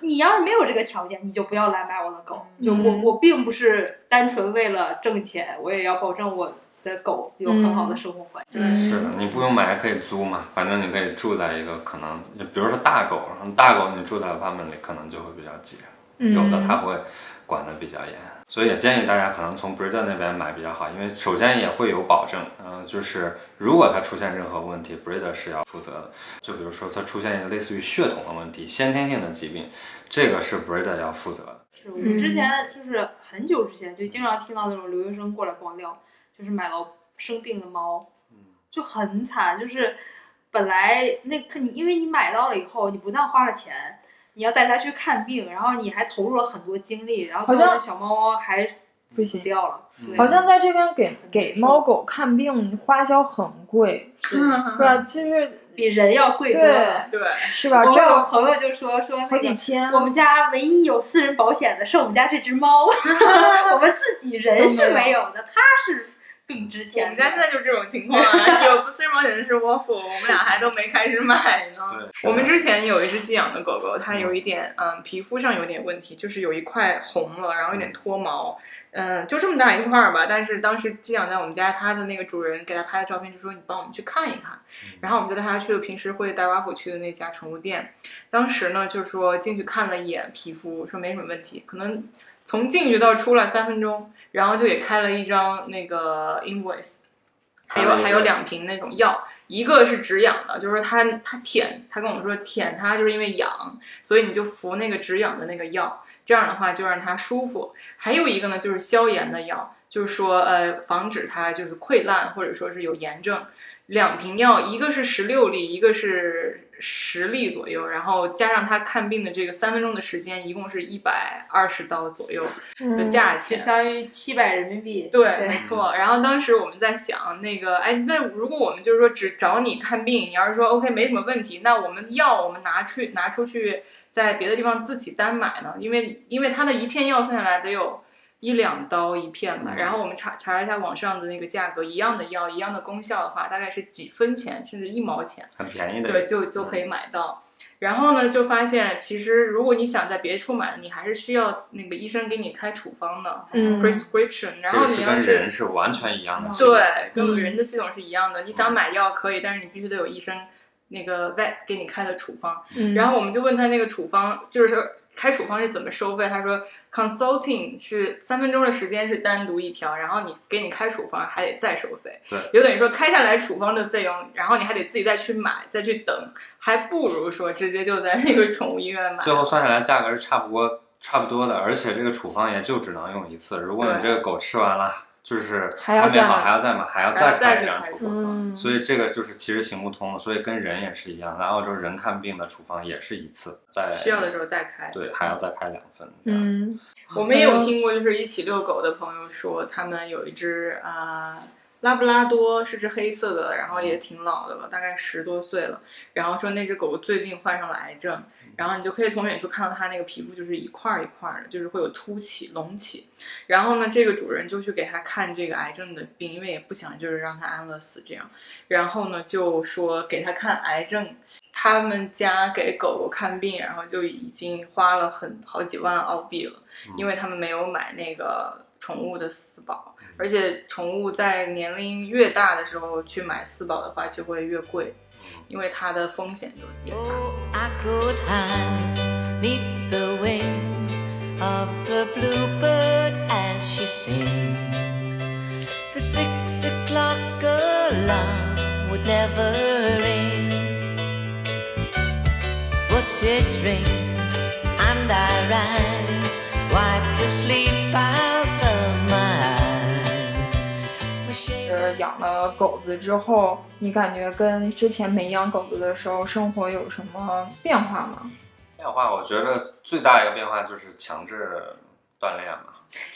你要是没有这个条件，你就不要来买我的狗。就我
嗯
我并不是单纯为了挣钱，我也要保证我的狗有很好的生活环境。
是的，你不用买可以租嘛，反正你可以住在一个可能，比如说大狗，然后大狗你住在 apartment 里可能就会比较挤。有
嗯
的他会管得比较严。所以也建议大家可能从 Brita 那边买比较好，因为首先也会有保证，嗯、就是如果它出现任何问题，Brita 是要负责的。就比如说它出现一个类似于血统的问题、先天性的疾病，这个是 Brita 要负责的。
是我
嗯
之前就是很久之前就经常听到那种留学生过来爆料，就是买到生病的猫，就很惨，就是本来那个你因为你买到了以后，你不但花了钱，你要带它去看病，然后你还投入了很多精力，然后
好
最
像
后小猫猫还
不
死
行
掉了，对
好像在这边给给猫狗看病花销很贵，
是
是吧？就是
比人要贵多了。
对，
是
我
吧？这
有
个
朋友就说说那
好
个
几千，
我们家唯一有私人保险的是我们家这只 (laughs) 猫，我们自己人是没有的，它是更值
我
钱
们
的。
家现在就这种情况啊，有私人保险的是我付，我们俩还都没开始买呢。
对，
我们之前有一只寄养的狗狗，它有一点，嗯，皮肤上有点问题，就是有一块红了，然后有点脱毛，嗯，就这么大一块儿吧。但是当时寄养在我们家，它的那个主人给它拍的照片，就说你帮我们去看一看。然后我们就带它去了平时会带挖虎去的那家宠物店。当时呢，就说进去看了一眼皮肤，说没什么问题，可能从进去到出来三分钟，然后就也开了一张那个 invoice，还有还有两瓶那种药，一个是止痒的，就是他他舔，他跟我说舔它就是因为痒，所以你就服那个止痒的那个药，这样的话就让它舒服。还有一个呢就是消炎的药，就是说呃防止它就是溃烂或者说是有炎症。两瓶药，一个是十六粒，一个是十粒左右，然后加上他看病的这个三分钟的时间，一共是一百二十刀左右的
嗯
价
就
钱。
相当于七百人民币。
对，没错。然后当时我们在想，那个，哎，那如果我们就是说只找你看病，你要是说 OK 没什么问题，那我们药我们拿去拿出去，在别的地方自己单买呢？因为因为它的一片药算下来得有一两刀一片吧。
嗯
然后我们查查了一下网上的那个价格，一样的药，一样的功效的话，大概是几分钱，甚至一毛钱。
很便宜的，嗯
对，就就可以买到。然后呢，就发现其实如果你想在别处买，你还是需要那个医生给你开处方的、
嗯
prescription。然
这
后
个
你
是
要
跟人是完全一样的系统。嗯
对，跟我们人的系统是一样的。你想买药可以，但是你必须得有医生那个 vet 给你开的处方。
嗯
然后我们就问他那个处方，就是说开处方是怎么收费？他说 consulting 是三分钟的时间是单独一条，然后你给你开处方还得再收费。
对
就等于说开下来处方的费用，然后你还得自己再去买，再去等，还不如说直接就在那个宠物医院买。
最后算下来价格是差不多差不多的，而且这个处方也就只能用一次。如果你
对
这个狗吃完了，就是
还要
没
再
好
买
还要再买，还要
还要
再
再
开
去
一张
开
处
处
方。
嗯，
所以这个就是其实行不通的，所以跟人也是一样，在澳洲人看病的处方也是一次，在
需要的时候再开。
对还要再开两份这样子。
嗯
我们也有听过，就是一起遛狗的朋友说，他们有一只啊、呃拉布拉多，是只黑色的，然后也挺老的了，大概十多岁了。然后说那只狗最近患上了癌症，然后你就可以从远处看到它那个皮肤就是一块儿一块儿的，就是会有凸起、隆起。然后呢，这个主人就去给它看这个癌症的病，因为也不想就是让它安乐死这样。然后呢，就说给它看癌症。他们家给狗狗看病，然后就已经花了很好几万澳币了。
嗯
因为他们没有买那个宠物的私保，
嗯
而且宠物在年龄越大的时候去买私保的话就会越贵，
嗯
因为它的风险就是越大。
Oh, I could hide neath the wings of the bluebird as she sings. The six o'clock alarm would never ring. What's it ring? And I rise, wipe the sleep out of my eyes.
就是养了狗子之后，你感觉跟之前没养狗子的时候生活有什么变化吗？
变化我觉得最大一个变化就是强制锻炼嘛，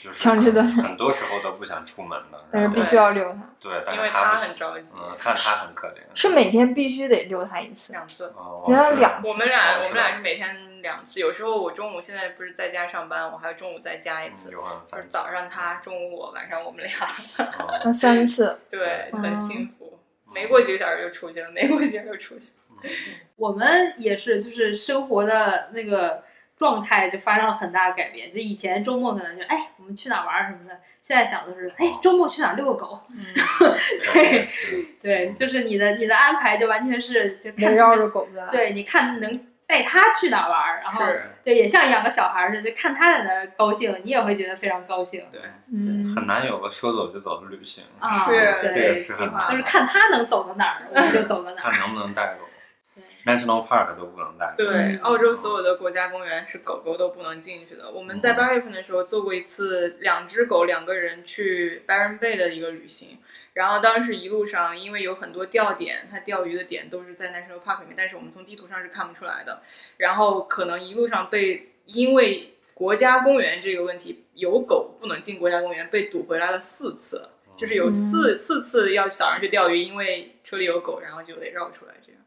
就是
强制锻炼
很多时候都不想出门的，
但是
然后
必须要遛它，
对，但
因为
是
它
哦它不
很
行，
着急，
嗯，看它很可怜。
是每天必须得遛它一次。
两次。
哦，
原来
是
两
我们俩
哦
我
是
们俩
吧
是每天两次，有时候我中午现在不是在家上班，我还中午在家一次，
嗯有可能
就
三
是
次
早上他，中午我，晚上我们俩，
哦
那三次，
对，
嗯
很幸福。 (laughs) 没过几个小时就出去了，没过几个小时就出去了。
我们也是，就是生活的那个状态就发生了很大的改变。就以前周末可能就哎，我们去哪玩儿什么的，现在想的是哎，周末去哪儿遛个狗。
(laughs)
对
是
对，就是你的你的安排就完全是就看
围绕着狗子来。
对，你看能带他去哪儿玩儿，然后
是
对，也像养个小孩儿似的，就看他在那儿高兴，你也会觉得非常高兴。
对，
嗯，
很难有个说走就走的旅行，
啊
是
对
这个是很难，
就是看他能走到哪儿，我们就走到
(laughs)
哪儿。
看能不能带狗
对
，National Park 都不能带狗，
对，澳洲所有的国家公园是狗狗都不能进去的。我们在
嗯
八月份的时候做过一次两只狗两个人去 Byron Bay 的一个旅行，然后当时一路上因为有很多钓点，它钓鱼的点都是在 National Park 里面，但是我们从地图上是看不出来的。然后可能一路上被因为国家公园这个问题，有狗不能进国家公园被堵回来了四次，就是有四、四次要早上去钓鱼，因为车里有狗，然后就得绕出来这样。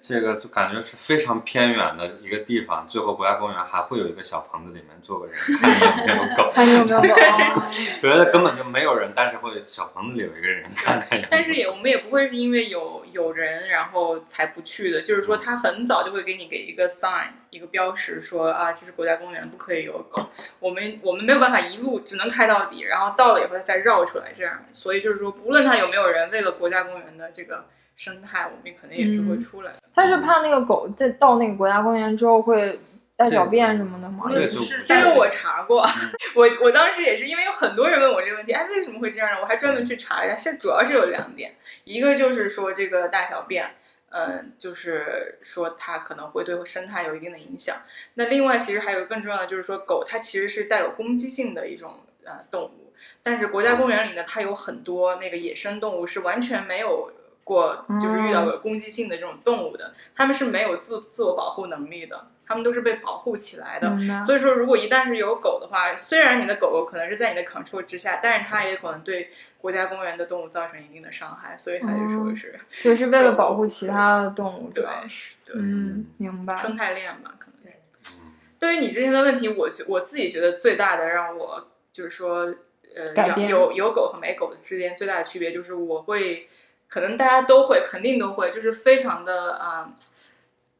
这个就感觉是非常偏远的一个地方，最后国家公园还会有一个小棚子里面坐个人，看你有没
(laughs)
有狗，
看你有没有狗。
觉得根本就没有人，但是会小棚子里有一个人看看有没有狗。
但是也我们也不会是因为有有人然后才不去的，就是说他很早就会给你给一个 sign 一个标识说啊这是国家公园不可以有狗，我们我们没有办法一路只能开到底，然后到了以后再绕出来这样，所以就是说不论他有没有人，为了国家公园的这个生态，我们可能也是会出来的。
他是怕那个狗在到那个国家公园之后会大小便什么的吗？
这个就不
是
是
这个我查过， (laughs) 我我当时也是因为有很多人问我这个问题，哎，为什么会这样呢？我还专门去查一下，是主要是有两点，一个就是说这个大小便，嗯，就是说它可能会对生态有一定的影响。那另外其实还有更重要的就是说，狗它其实是带有攻击性的一种呃动物，但是国家公园里呢，它有很多那个野生动物是完全没有。过就是遇到有攻击性的这种动物的，它们是没有自自我保护能力的，它们都是被保护起来的。
明白
所以说，如果一旦是有狗的话，虽然你的狗狗可能是在你的 control 之下，但是它也可能对国家公园的动物造成一定的伤害，所以它就
哦
说是、
所以是为了保护其他的动物，主要是。
对
嗯，明白。
生态链吧，可能是。
嗯
对于你之前的问题，我觉我自己觉得最大的让我就是说，呃，
改
养
变
有有狗和没狗之间最大的区别就是，我会，可能大家都会，肯定都会，就是非常的啊、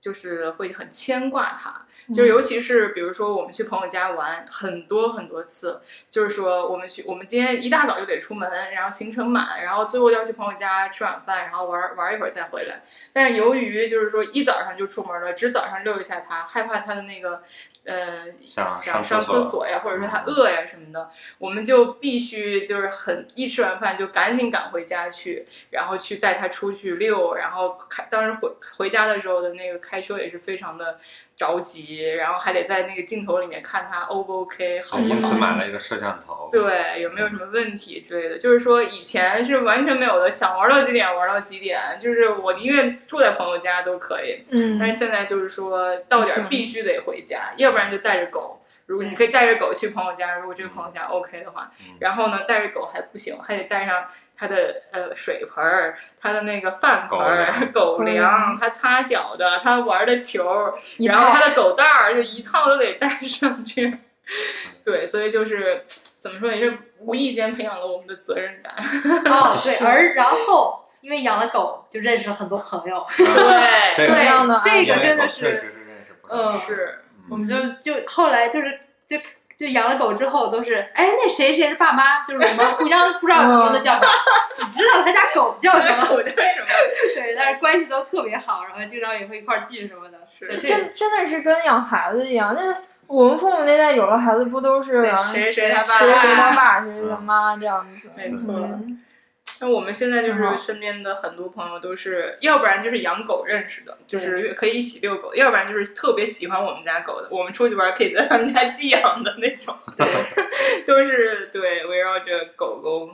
就是会很牵挂它。
嗯
就是尤其是比如说我们去朋友家玩很多很多次，就是说我们去，我们今天一大早就得出门，然后行程满，然后最后要去朋友家吃晚饭，然后玩玩一会儿再回来。但是由于就是说一早上就出门了，只早上遛一下它，害怕它的那个呃
想
想上
上厕所嗯
厕所呀，或者说它饿呀什么的，我们就必须就是很一吃完饭就赶紧赶回家去，然后去带它出去遛，然后开当时回回家的时候的那个开车也是非常的。着急，然后还得在那个镜头里面看它 O 不 OK，好
我
不
因
好
此，买了一个摄像头。，
(laughs) 对，有没有什么问题之类的？就是说以前是完全没有的，想玩到几点玩到几点，就是我宁愿住在朋友家都可以。但
嗯，
是现在就是说到点儿必须得回家，要不然就带着狗。如果你可以带着狗去朋友家，如果这个朋友家 OK 的话，然后呢带着狗还不行，还得带上它的呃水盆儿、它的那个饭盆儿、狗粮、它擦脚的、它玩的球儿，
一
然后
套
它的狗蛋儿就一套都得带上去。对，所以就是怎么说，也是无意间培养了我们的责任感。
哦，对，而然后因为养了狗，就认识了很多朋友。
对
嗯哎这
对，
个
这样的
这个
因为
真的
狗确
是，
实是认识不
嗯
了。
(laughs)
是，
我们就就后来就是就。就养了狗之后都是，哎，那谁谁的爸妈，就是我们互相不知道名字叫什么， (laughs) 只知道他家狗叫什
(laughs)
么，
狗的什么？
对，但是关系都特别好，然后经常也会一块儿进什么的。
是
对这
真真的是跟养孩子一样。那我们父母那代有了孩子，不都是
对
啊
谁谁他爸？啊嗯
谁是他爸，谁是他妈这样子？
没错
嗯
那我们现在就
嗯
是
好
身边的很多朋友都是，要不然就是养狗认识的，就是可以一起遛狗；要不然就是特别喜欢我们家狗的，我们出去玩儿可以在他们家寄养的那
(laughs)
种，都是对围绕着狗狗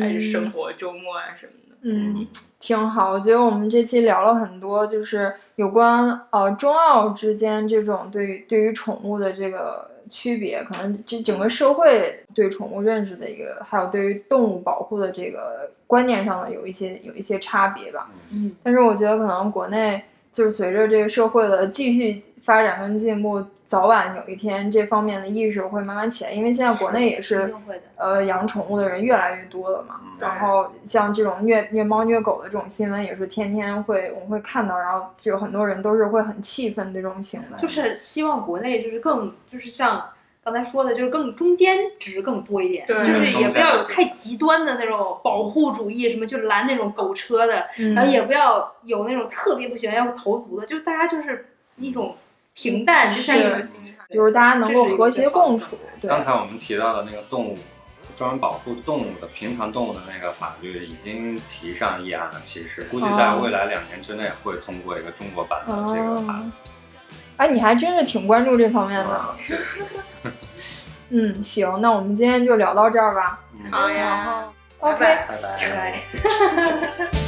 开始生活，周末啊什么的。
嗯，挺好。我觉得我们这期聊了很多，就是有关呃中澳之间这种对于对于宠物的这个区别，可能这整个社会对宠物认识的一个，还有对于动物保护的这个观念上的有一些有一些差别吧。
嗯，
但是我觉得可能国内就是随着这个社会的继续发展跟进步，早晚有一天这方面的意识会慢慢起来，因为现在国内也
一
是
定会的。
呃养宠物的人越来越多了嘛。
嗯
对
然后像这种虐虐猫虐狗的这种新闻也是天天会我们会看到，然后就有很多人都是会很气愤这种行为。
就是希望国内就是更就是像刚才说的，就是更中间值更多一点，
对
就是也不要有
中间值
太极端的那种保护主义，什么就拦那种狗车的，
嗯
然后也不要有那种特别不喜欢要投毒的，就是大家就是一种平淡，就像一种
是心理
就是大家能够和谐共处。对，
刚才我们提到的那个动物，专门保护动物的平常动物的那个法律已经提上议案了，其实估计在
哦
未来两年之内会通过一个中国版的这个法律。
哦，哎，你还真是挺关注这方面的。
啊是是
嗯，行，那我们今天就聊到这儿吧。
嗯
好呀
然后
拜
，OK，
拜
拜拜。
对。